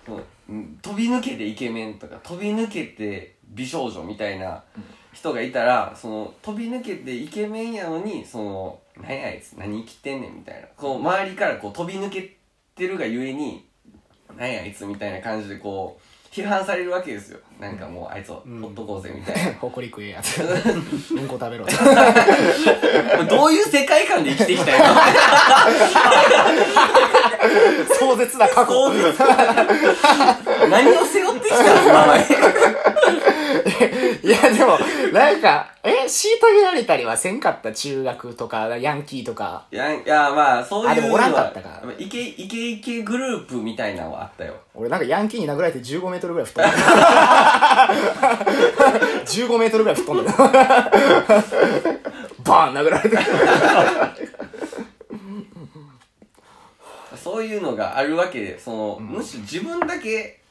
S2: もうん飛び抜けてイケメンとか飛び抜けて美少女みたいな人がいたらその飛び抜けてイケメンやのにその「何やあいつ何生きてんねん」みたいなこう周りからこう飛び抜けてるがゆえに「何やあいつ」みたいな感じでこう批判されるわけですよなんかもうあいつをほっとこうぜみたいな、
S1: 誇り食えや つうんこ食べろ
S2: どういう世界観で生きてきたよ
S1: 壮絶な過去
S2: そうです何を背負ってきたの今まで
S1: いやでもなんかえ虐げられたりはせんかった中学とかヤンキーとか
S2: いやい やまあそうい
S1: あで
S2: うのは
S1: もおらんかったか
S2: イケイケイケグループみたいなのはあったよ
S1: 俺なんかヤンキーに殴られて1 5メートルぐらい吹っ飛 んだ15メートルぐらい吹っ飛んだよバーン殴られて
S2: そういうのがあるわけでその、むしろ自分だけ、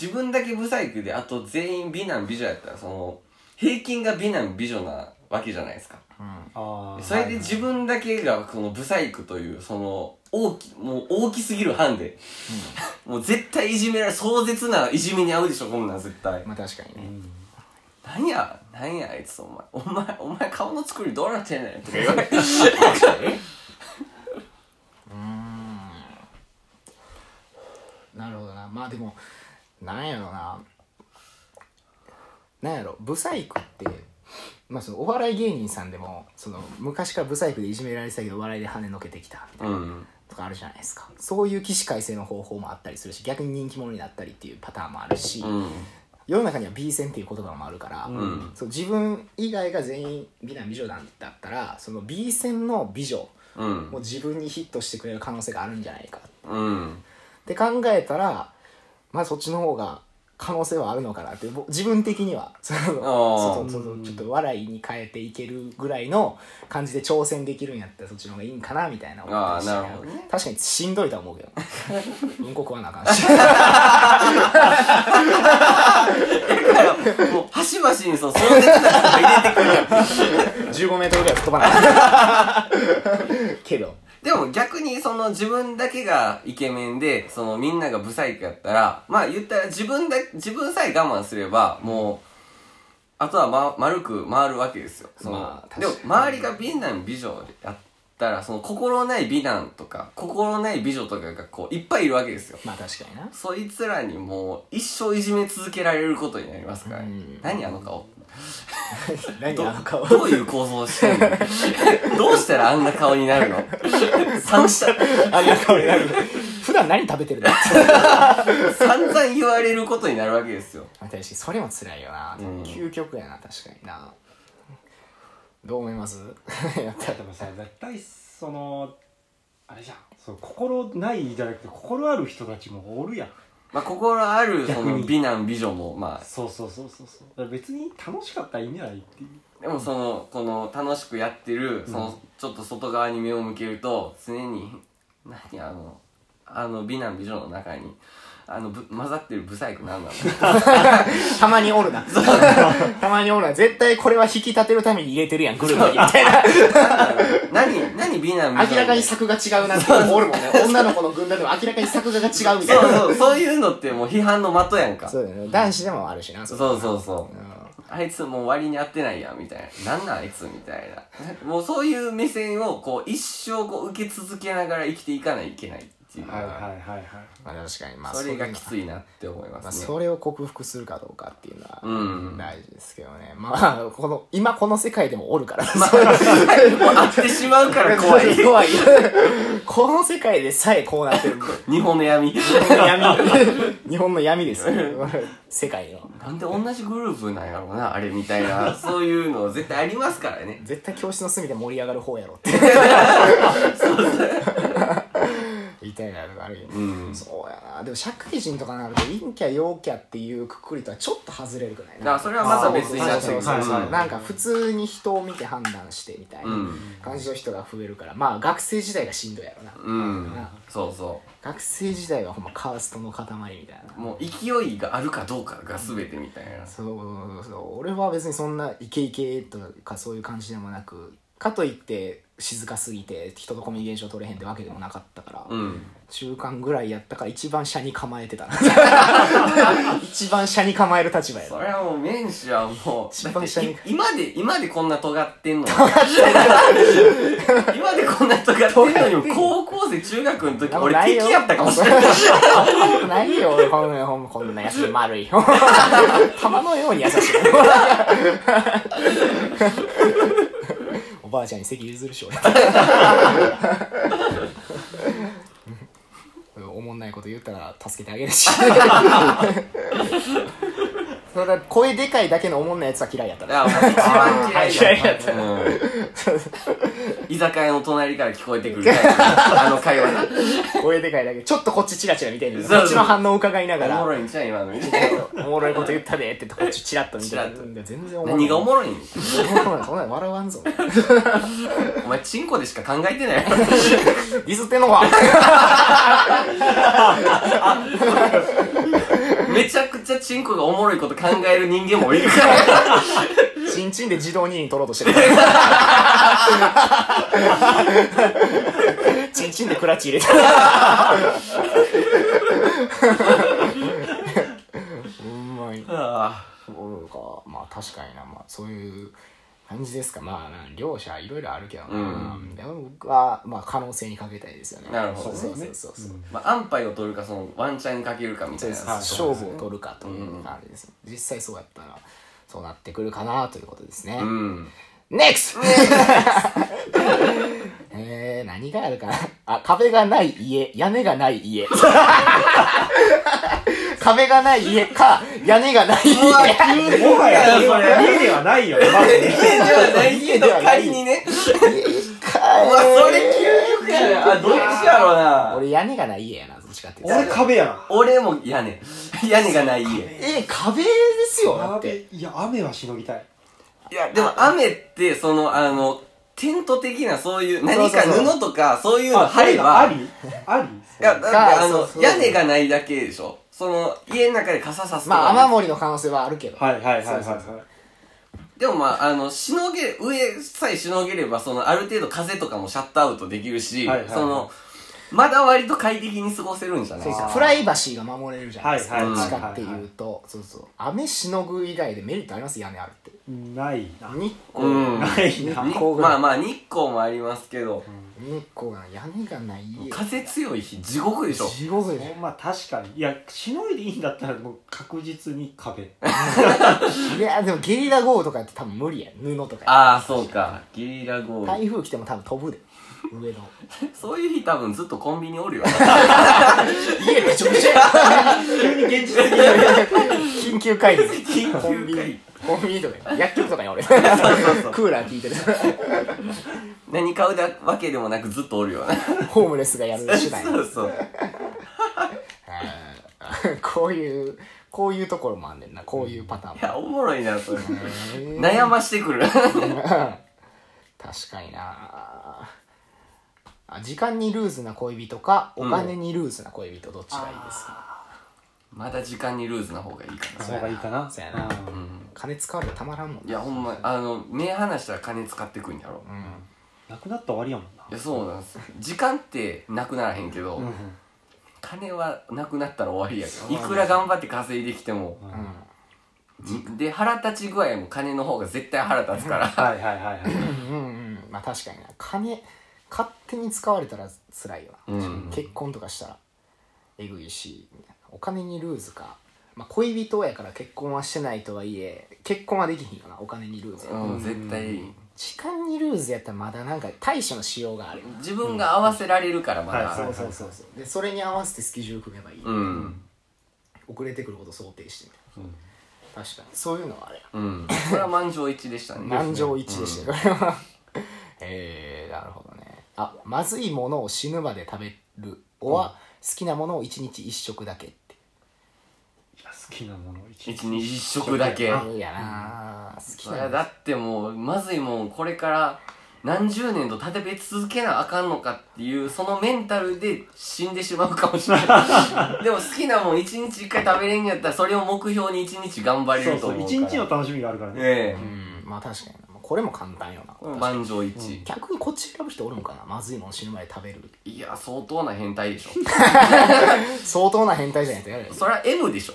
S2: 自分だけブサイクであと全員美男美女やったらその平均が美男美女なわけじゃないですか
S3: ああ
S2: それで自分だけがこのブサイクというその大きもう大きすぎる班で、 もう絶対いじめられ壮絶ないじめに遭うでしょこんなん絶対
S1: まあ確かにね
S2: 何や何やあいつお前お前お前顔の作りどうなってんねんとか言われて
S1: なるほどなまあでもなんやろななんやろブサイクってまあそのお笑い芸人さんでもその昔からブサイクでいじめられてたけどお笑いで跳ねのけてきたみたいな
S2: うん
S1: とかあるじゃないですかそういう起死回生の方法もあったりするし逆に人気者になったりっていうパターンもあるし、
S2: うん
S1: 世の中には B 線っていう言葉もあるから、
S2: ん
S1: そう自分以外が全員美男美女なんだったらその B 線の美女
S2: うん
S1: も自分にヒットしてくれる可能性があるんじゃないか
S2: うん
S1: って考えたらまあそっちの方が可能性はあるのかなってぼ自分的には その
S2: あー
S1: そうそうそうちょっと笑いに変えていけるぐらいの感じで挑戦できるんやったらそっちの方がいいんかなみたいな思ったりした
S2: あーなるほどね
S1: 確かにしんどいとは思うけどうんこ食わなあかんし
S2: もう端々にそう壮絶な人が入れてくる
S1: 1 5メートルぐらい吹っ飛ばなあかん けど
S2: でも逆にその自分だけがイケメンで、そのみんながブサイクやったら、まあ言ったら自分だ、自分さえ我慢すれば、もう、あとはま、丸く回るわけですよ。その、
S1: まあ
S2: でも周りが美男美女でやったら、その心ない美男とか、心ない美女とかがこういっぱいいるわけですよ。
S1: まあ確かにな
S2: そいつらにもう一生いじめ続けられることになりますから、
S1: うん
S2: 何あの顔
S1: 何あの顔
S2: どういう構造をしてんの どうしたらあんな顔になるの三者
S1: あんな顔になる普段何食べて るの
S2: 散々言われることになるわけですよ。
S1: 確かにそれも辛いよな、
S2: うん
S1: 究極やな確かになどう思います やった
S3: でもさ絶対そのあれじゃんそう心ないじゃなくて心ある人たちもおるやん
S2: まあ、心あるそ
S3: 逆
S2: の
S3: に
S2: 美男美女も、ま
S3: そうそうそうそうそうだから別に楽しかったらいいんじゃないっていう
S2: あ、でもその、この楽しくやってる、その、ちょっと外側に目を向けると、常に、何あの、あの美男美女の中に、あのぶ、混ざってるブサイク なんなの
S1: たまにおるな。たまにおるな。絶対これは引き立てるために入れてるやん、グループに。みたいな。
S2: 何、何美男美女
S1: 明らかに作が違うなっていうのもおるもんね。女の子の軍団でも明らかに作画が違うみたい
S2: そう
S1: な。
S2: そう、そういうのってもう批判の的やんか。
S1: そうだよね。男子でもあるしな。
S2: そううそうそう。あいつもう割に合ってないやん、みたいな。なんなんあいつみたいな。もうそういう目線を、こう、一生こう受け続けながら生きていかないといけないっていうのが。
S3: はいはいはいはい
S1: まあ確かに、まあ
S2: それがき
S1: い。
S2: ついなって思いま
S1: まあ
S2: すね。
S1: それを克服するかどうかっていうのは
S2: うん
S1: 大事ですけどね。まあ、この、今この世界でもおるから。
S2: もう会ってしまうから怖 い。
S1: 怖い。この世界でさえこうなってる。
S2: 日本の闇。
S1: 闇。日本の闇ですよ。世界の。
S2: なんで同じグループなんやろうな、あれみたいな。そういうの絶対ありますからね。
S1: 絶対教室の隅で盛り上がる方やろってみたいなのがあるよ、
S2: うん
S1: そうやなでも社会人とかになると陰キャ陽キャっていうくくりとはちょっと外れるくない
S2: だからそれはまた別になってく
S1: そう
S2: る。。
S1: そうそう、
S3: はい
S1: なんか普通に人を見て判断してみたいうなん感じの人が増えるからまあ学生時代がしんどいやろな、
S2: うん。そうそ
S1: 学生時代はほんまカーストの塊みたいな
S2: う。もう勢いがあるかどうかが全てみたいな。
S1: そうそうそう俺は別にそんなイケイケとかそういう感じでもなくかといって静かすぎて人とコミュニケーション取れへんってわけでもなかったから、
S2: うん
S1: 中間ぐらいやったから一番車に構えてたな 一番車に構える立場や
S2: そ
S1: な
S2: れはもうメンシはもう
S1: 一番下に
S2: だってい今で今でこんな尖ってんのに今でこんな尖ってんのにも高校生中学の時俺敵やったか もしれない
S1: そんなことないよ俺こんなほんまこんな優しい丸 い玉のように優しいおばあちゃんに席譲るし 俺おもんないこと言ったら助けてあげるしそれは声でかいだけのおもんないやつは嫌いやった
S2: い
S1: な
S2: やもう一番嫌い
S1: 嫌
S2: だ
S1: いだった
S2: うん居酒屋の隣から聞こえてくるタイプあの会話な
S1: 声でかいだけちょっとこっちチラチラ見てる
S2: そう
S1: こっちの反応を伺いなが
S2: おも
S1: ら
S2: ろいんちゃう今のみたいな
S1: おもろいこと言ったでってこっち チラッと見て
S2: チラ
S1: る全然おもろい
S2: 何がおもろいん
S1: ろいそんなん笑わ んぞ
S2: お前チンコでしか考えてない
S1: ディスってんのか
S2: めちゃくちゃチンコがおもろいこと考える人間もいるから
S1: チンチンで自動二に取ろうとしてるチンチンでクラッチ入れてるうんまい
S2: あ
S1: そうかまあ確かになまあそういう感じですかまあな両者いろいろあるけどな、
S2: うん
S1: でも僕はまあ可能性にかけたいですよね
S2: なるほどね
S1: そうそうそうそう、
S2: ーまあ安牌を取るかそのワンチャンにかけるかみた
S1: そ
S2: いうな
S1: です
S3: はい
S1: 勝負を取るかという感じです、実際そうやったらそうなってくるかなということですね、
S2: うん
S1: NEXT! えー、何があるかなあ、壁がない家、屋根がない家。 壁がない家か、屋根がない家。
S3: もはやこれは家ではないよねまずね
S2: 家ではないけ
S1: 家
S2: ど
S1: ではない
S2: 仮にねまあそれ究極やなあどっちやろうな
S1: 俺屋根がない家やな、どっちかっていうと
S3: 俺壁やな
S2: 俺も屋根屋根がない家
S1: えー、壁ですよ、だっ
S3: 壁
S1: て。
S3: いや雨はしのぎたい
S2: いやでも雨ってそのあのテント的なそういう何か
S1: そうそう
S2: 布とかそういうの
S3: あ
S2: 張れば
S3: ありあり
S2: いや、だって
S1: が
S2: あ
S1: そう
S2: の
S1: そ、う
S2: 屋根がないだけでしょその、家の中で傘さすと
S1: ま
S2: か
S1: あ、
S2: ね、
S1: 雨漏りの可能性はあるけど。
S3: はいはいはいはい
S1: そうそう
S3: は
S2: でもまあ、あの、しのげ、上さえしのげれば、その、ある程度風とかもシャットアウトできるし、
S3: はいはいはい
S2: その、まだ割と快適に過ごせるんじゃない
S1: そうそう
S3: あー
S1: プライバシーが守れるじゃないですか。
S3: はい
S2: はい
S1: ど
S2: はい
S1: っ
S2: はい
S1: ちかっていうと、そうそう。雨しのぐ以外でメリットあります屋根あるって。
S3: いないな
S1: 日光。
S2: うん。
S3: ないな
S1: 光
S2: に
S1: ぐらい
S2: まあまあ、日光もありますけど、
S1: 日光が屋根がない家。
S2: 風強い日、地獄でしょ。
S1: 地獄でしょ
S3: ほんま確かにいやしのいでいいんだったらもう確実に壁
S1: いやでもゲリラ豪雨とかやって多分無理や布とかや
S2: ああ、そうか。ゲリラ豪雨。
S1: 台風来ても多分飛ぶで上の
S2: そういう日多分ずっとコンビニおるよ。
S1: 家めちゃくちゃ
S3: 急に現実的に
S1: 緊急回避
S2: 緊急
S1: コ
S2: 回避
S1: ンビニコンビニとか薬局とかや俺ク
S2: そうそう
S1: ーラー効いてる
S2: 何買うだわけでもなくずっとおるよな。
S1: ホームレスがやる手段
S2: そうそう。
S1: あーこういうこういうところもあんねんなこういうパターン
S2: い
S1: も
S2: や、おもろいな、それ。
S1: へー
S2: 悩ましてくる。
S1: 確かになあ時間にルーズな恋人かお金にルーズな恋人どっちがいいですか、
S2: まだ時間にルーズな方がいいか
S3: そうがいいかな
S1: そうやな
S2: な。うん。
S1: 金使われたらたまらんもん
S2: いや、ほんま、あの、目離したら金使ってくんやろ。
S1: うん
S3: なくなったら終わりやもん
S2: いや、そうなんです。時間ってなくならへんけど、
S3: な
S2: 金はなくなったら終わりやから。いくら頑張って稼いできても、
S3: うん
S1: うん
S2: で、腹立ち具合も金の方が絶対腹立つから。
S3: はいはいはいはい
S1: うんうんうんまあ確かにな金勝手に使われたら辛いよな、
S2: うん
S1: 結婚とかしたらえぐいしお金にルーズか、まあ、恋人やから結婚はしてないとはいえ結婚はできひんよなお金にルーズやと、
S2: うん、絶対。
S1: 時間にルーズやったらまだなんか対処のしようがあるよな
S2: 自分が合わせられるから、ま
S3: はい
S2: だ
S3: は
S1: そ。
S3: いう
S1: そうそうそうでそれに合わせてスケジュール組めばいい、
S2: うん。
S1: 遅れてくること想定してみたいな確かにそういうのはあれや
S2: うん。これは満場一致でしたね。
S1: 満場一致でしたねこれは えー、なるほどねあまずいものを死ぬまで食べるおは、好きなものを一日一食だけって
S3: いや好きなものを一
S2: 一日一食だけ。
S1: いやなあ好き
S2: そり
S1: な
S2: ゃ
S1: んだ
S2: だってもうまずいもんこれから何十年と食べ続けなあかんのかっていうそのメンタルで死んでしまうかもしれ ないでも好きなもん一日一回食べれんやったらそれを目標に一日頑張れ
S3: そう
S2: ると
S3: そ
S2: 思う
S3: う
S2: から
S3: 一日の楽しみがあるからね
S2: え
S1: うんまあ確かになまあこれも簡単よな、
S2: これも満場一致、
S1: 逆にこっち選ぶ人おるんかなまずいもん死ぬ前に食べる
S2: いや相当な変態でしょ
S1: 相当な変態じゃないとやるよ
S2: それは M でしょ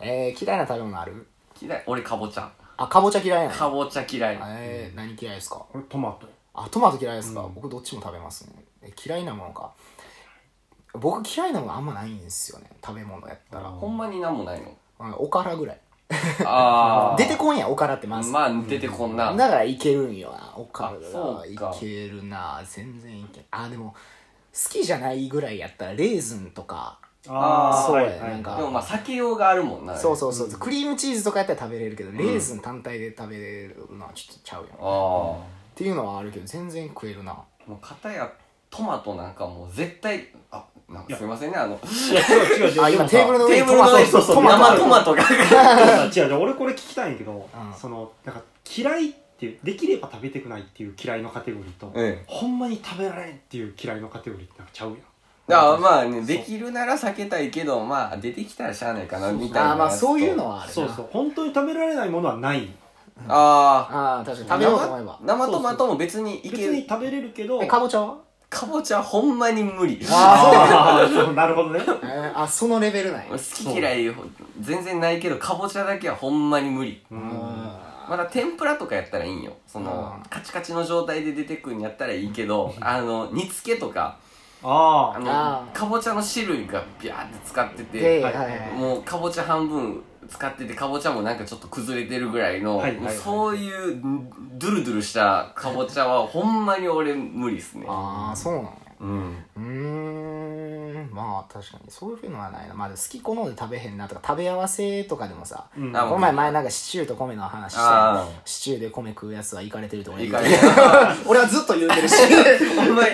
S1: えー、嫌いな食べ物ある
S2: 嫌い俺かぼちゃ
S1: あかぼちゃ嫌いな
S2: か
S1: の
S2: ぼちゃ嫌い
S1: えー、何嫌いですか
S3: 俺トマト
S1: あトマト嫌いですか、
S3: うん
S1: 僕どっちも食べますねえ嫌いなものか僕嫌いなものあんまないんですよね食べ物やったら、
S3: あ
S2: ほんまになんもないの
S1: うんおからぐらい
S2: ああ
S1: 出てこんやんおからってまず、
S2: まあ出てこんな、
S1: だからいけるんよなおから
S2: あそうか
S1: いけるな全然いけるあでも好きじゃないぐらいやったらレーズンとか
S2: あー
S1: そうや
S3: はいはい
S1: なんか
S2: でもまあ避けようがあるもんな
S1: そうそうそう、クリームチーズとかやったら食べれるけど、レーズン単体で食べれるのはちょっとちゃうよ
S2: ああも
S1: っていうのはあるけど全然食えるな
S2: う片やトマトなんかもう絶対あなんかすいませんねあの
S3: いや違う違う違う
S1: あ今テーブルの上
S2: テ
S1: に
S2: ー
S1: ト
S2: ブルの
S1: マト
S2: 上に
S1: そうそう
S3: トマト
S2: 生トマトが
S3: 違 う違う俺これ聞きたいんやけど、
S1: うん
S3: そのなんか嫌いっていうできれば食べてくないっていう嫌いのカテゴリーと、
S2: うん
S3: ほんまに食べられんっていう嫌いのカテゴリーってなんかちゃうやん
S2: あまあねできるなら避けたいけどまあ出てきたらしゃあないかなみたいな
S1: あーまあそういうの
S2: は
S1: はあるな
S3: そうそう本当に食べられないものはない
S2: ああ
S1: ああ確かに食べようと思えば
S2: 生トマトも別にいけ
S3: 別
S2: る
S3: に食べれるけど
S1: えかぼちゃは
S2: かぼちゃほんまに無理
S3: あー なるほどね
S1: えーあそのレベルなんや
S2: 好き嫌い全然ないけどかぼちゃだけはほんまに無理
S3: うん
S2: まだ天ぷらとかやったらいいんよその
S1: う
S2: カチカチの状態で出てくんやったらいいけどあの煮つけとかあ
S3: あ
S2: の
S1: あー
S2: かぼちゃの汁がビャーって使って
S1: で、
S2: て
S1: は
S3: はいい
S1: はいはい
S2: もうかぼちゃ半分使っててかぼちゃもなんかちょっと崩れてるぐらいの、
S3: はいはいはい
S2: もうそういうドゥルドゥルしたかぼちゃはほんまに俺無理っすね
S1: ああそうなのや
S2: うん
S1: うーんまあ確かにそういうのはないなまあでも好き好んで食べへんなとか食べ合わせとかでもさ、
S3: あ、うん、
S2: あ
S1: この前前なんかシチューと米の話したや
S2: あ
S1: んシチューで米食うやつはイカれてると俺
S2: いい
S1: 言
S2: か
S1: う
S2: げん ほ
S1: 俺はずっと言うてるし
S2: んまに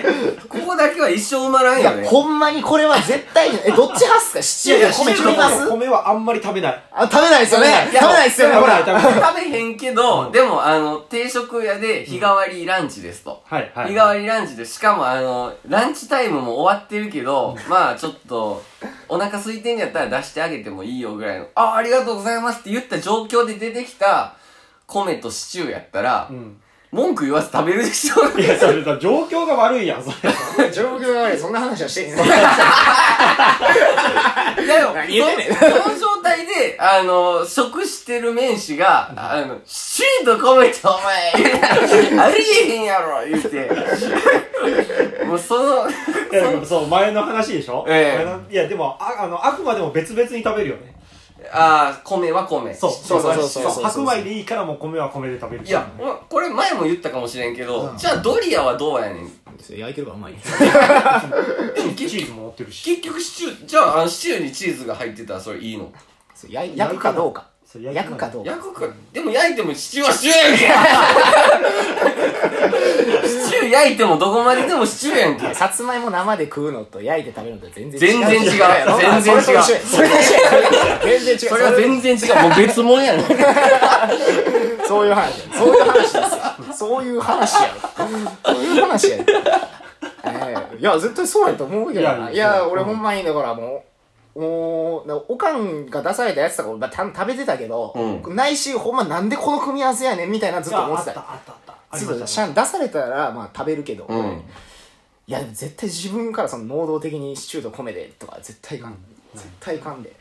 S2: ここだけは一生埋まら ん
S1: い
S2: よ
S1: や
S2: ね
S1: ほんまにこれは絶対にえどっち派っすかシチューで米食います
S3: 米はあんまり食べない
S1: あ食べないですよね食べないですよね
S3: 食
S1: ほ
S3: べ
S1: ら
S3: ない食べない
S2: 食べへんけど、でもあの定食屋で日替わりランチですと、
S3: はいはい
S2: 日替わりランチでしかもあのランチタイムも終わってるけ どまあちょっとお腹空いてんやったら出してあげてもいいよぐらいの「あありがとうございます」って言った状況で出てきた米とシチューやったら、
S3: うん
S2: 文句言わず食べるでしょ
S3: いやそれさ状況が悪いやんそれ
S1: 状況が悪いそんな話はしてへん
S2: いやでも
S1: 何言ってんねん
S2: そその状態であの食してる面師が「あのシチューと米とお前ありえへんやろ」言う てもうその
S3: いやでも そう前の話でしょ、
S2: ええ
S3: 前のいやでもああのあくまでも別々に食べるよね
S2: ああ、米は米。
S3: そう
S1: そうそうそうそうそう
S3: 白米でいいからもう米は米で食べる
S2: いや、まこれ前も言ったかもしれんけど、じゃあドリアはどうやねん。
S1: 焼いてるからうまい
S3: チーズも乗ってるし
S2: 結局シチュー、じゃああのシチューにチーズが入ってたらそれいいの。
S1: 焼くかどうか
S3: そう焼
S1: 焼
S3: く
S1: く
S3: の
S1: かどうか
S2: 焼くか、でも焼いてもシチューはシチューやんけ シチュー焼いてもどこまででもシチューやんけ。
S1: さつまいも生で食うのと焼いて食べるのと全然違う
S2: 全然違う全然違う
S1: それと一緒それと一緒全然違う
S2: それは全然違う。もう別物 やねん。
S1: そういう話やそういう話ですよそういう話やろそういう話やろええいや絶対そうやと思うけどない
S3: いや
S1: いや
S3: うん
S1: 俺ほんまにだからもうもうなおかんが出されたやつとか俺た食べてたけど、
S2: う
S1: ないしほんまなんでこの組み合わせやねんみたいなずっと思ってた
S3: あったあったあったあり
S1: ち
S3: ま
S1: ょっ
S3: した
S1: と
S3: ね
S1: シャン出されたらまあ食べるけど、
S2: う
S1: い
S2: ん。
S1: やでも絶対自分からその能動的にシチューと米でとか絶対いかん、絶対いかんで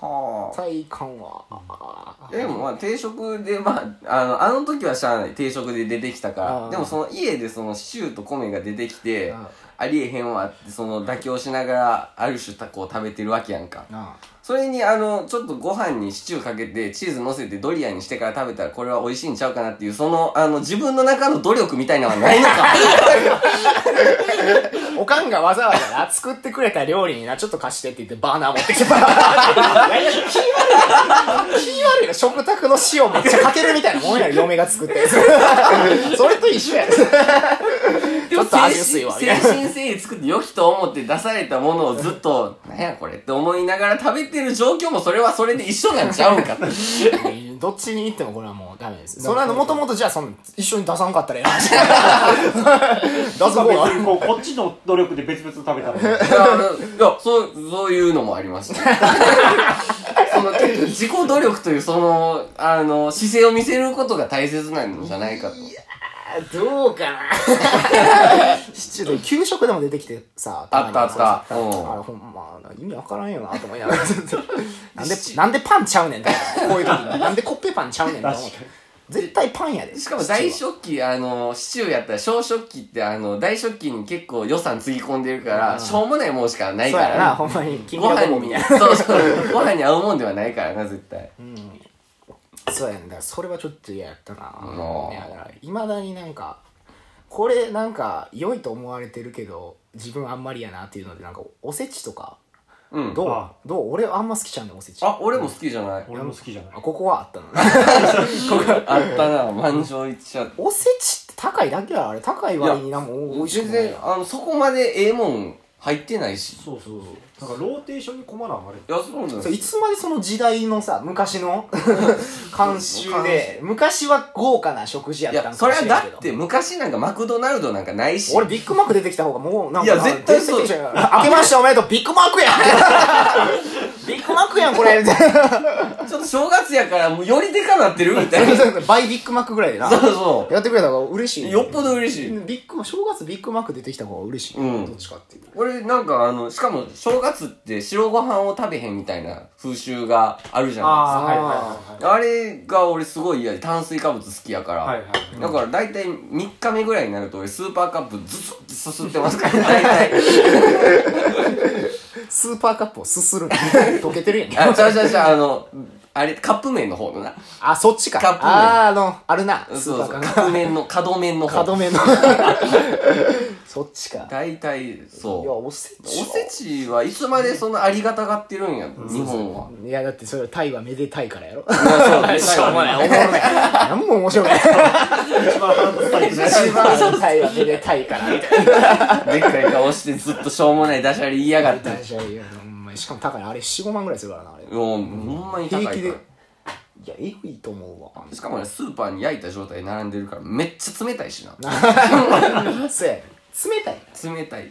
S2: は
S1: 絶対いかんわ、
S2: あ。でもまあ定食でまあ、あの、あの時はしゃあない。定食で出てきたか
S1: ああ
S2: ら。でもその家でそのシチューと米が出てきて、
S1: あ
S2: ありえへんわってその妥協しながらある種たこう食べてるわけやんか
S1: なあ
S2: それにあのちょっとご飯にシチューかけてチーズ乗せてドリアにしてから食べたらこれは美味しいんちゃうかなっていうそのあの自分の中の努力みたいなのはないの か
S1: おかんがわざわざな、作ってくれた料理にな、ちょっと貸してって言ってバーナー持ってきて、バーナーって。いやいや気悪いな。気悪いな。食卓の塩めっちゃかけるみたいなもんやろ、嫁が作って。 それと一緒や。
S2: で
S1: ちょっと味薄いわ み
S2: 精
S1: たい
S2: 神
S1: な
S2: 精神誠意作って良きと思って出されたものをずっとなんやこれって思いながら食べてる状況もそれはそれで一緒なんちゃうん か
S1: どっちに行ってもこれはもうダメです。それはもともとじゃあその、一緒に出さんかったらええ 話出す
S3: そ
S1: 方
S3: うか
S1: が
S3: 別にこうこっちの努力 で別々に食べたのに
S2: いやあのいやそうそういうのもありましたその、自己努力というその、あの、姿勢を見せることが大切なんじゃないかと。
S1: どうかな ちょっと給食でも出てきてさ
S2: あったあった
S1: たまに
S2: う
S1: さ
S2: ん
S1: あれほんま意味わからんよなと思いな がらなんでなんでパンちゃうねんってこういう時になんでコッペパンちゃうねんって思う
S3: 確かに
S1: 絶対パンやで
S2: しかも
S1: シチューは
S2: 大食器、あの、シチューやったら、小食器って、あの、大食器に結構予算つぎ込んでるから、しょうもないもんしかない
S1: そう
S2: か
S1: やな
S2: らね。
S1: ほんまに金
S2: ご
S1: 魚
S2: 飯
S1: ごぼうみ
S2: に
S1: たい、
S2: そうそう、ご飯に合うもんではないからな、絶対。
S1: なそうやんだからそれはちょっと嫌やったな
S2: うん
S1: いやだからいまだになんかこれなんか良いと思われてるけど自分あんまりやなっていうのでなんかおせちとか
S2: うん。
S1: どう
S3: あ
S1: どう俺あんま好きちゃうねんおせち
S2: あ、俺も好きじゃない。
S3: 俺も好きじゃない
S1: あここはあったのね
S2: あったな、満場一致は。
S1: おせちって高いだけやあれ高い割になんも美味し
S2: 全
S1: くない
S2: 然、あの、そこまでええもん入ってないし。
S3: そうそうそうなんかローテーションに困らんあれ
S2: いや、そうなんで
S1: そ
S2: す
S1: ういつまでその時代のさ昔 の慣習で昔は豪華な食事や
S2: い
S1: った
S2: や、
S1: ん
S2: そ
S1: か
S2: れ
S1: も
S2: は
S1: しれん
S2: だ
S1: けど
S2: って昔なんかマクドナルドなんかないし。
S1: 俺ビッグマック出てきた方がもうなんか
S2: いや絶対そう
S1: 出てきてる開けましておめでとうビッグマックやん ビッグマックやんこれみたいな
S2: ちょっと正月やからもうよりでかなってるみたいな。
S1: 倍ビッグマックぐらいでな
S2: そうそ
S1: やってくれた方が嬉し
S2: う。
S1: い
S2: よっぽど嬉しい。
S1: ビッグ正月ビッグマック出てきた方が嬉しい、
S2: うん
S1: どっちかっていう
S2: 俺なんかあのしかも正月って白ご飯を食べへんみたいな風習があるじゃな
S1: ー
S3: あはいはい
S2: ですかあれが俺すごい嫌で炭水化物好きやから、
S3: はいはいはい
S2: だから大体3日目ぐらいになると俺スーパーカップずずってすすってますから大体
S1: スーパーカップをす するの溶けてるやん
S2: あちゃうちゃうちゃうあのあれカップ麺の方のな
S1: あ、そっちか。
S2: カップ麺
S1: あー、あの、あるな。
S2: そう
S1: ス
S2: そ
S1: ー
S2: う
S1: パーカ
S2: カ
S1: ップ
S2: ップ麺の角麺の方
S1: 角目の。 そっちか。
S2: 大体
S1: いや、
S2: そう
S1: おせち。
S2: おせ。ちはいつまでそんなありがたがってるんや、日本はい
S1: や、だってそれタイはめでたいからや ろ。
S2: そう
S1: しょうもない、おもろない。なんも面白くない。
S3: 一番腹立つタイプね
S1: 一番タイはめでたいから、みたい
S2: でっかい顔してずっとしょうもないダジャレ言いやがって
S1: な。いやいや、ほんまにしかも高い。あれ4、5万ぐらいするからな、あれ。い
S2: もうほんまに高いか
S1: 平気
S2: ら
S1: でや、えぐいと思 うわ。
S2: しかもねスーパーに焼いた状態で並んでるからめっちゃ冷たいしな
S1: そうやね冷たい。
S2: 冷たい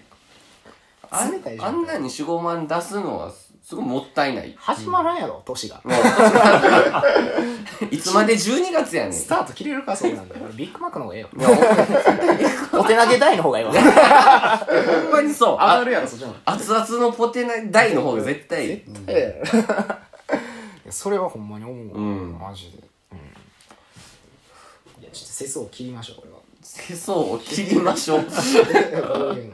S2: あん
S1: 冷たい状態
S2: あんなに45万出すのはすすごいもったいな い
S1: 始まらんやろ、年が。
S2: もういつまで12月やねん
S1: スタート切れるか、そうなんだよ。ビッグマックの方がええよ。お手投げ台の方がええわ。
S2: ほんまにそう
S1: 上
S2: あ
S1: がるやろ、そっちの方が。
S2: 熱々のポテ台の方が絶対いい
S1: ええそれはほんまに思う、
S2: うん
S1: マジで、うん、いやちょっと世相を切りましょうこ
S2: 世相を切りましょう
S1: れはこういうの本当に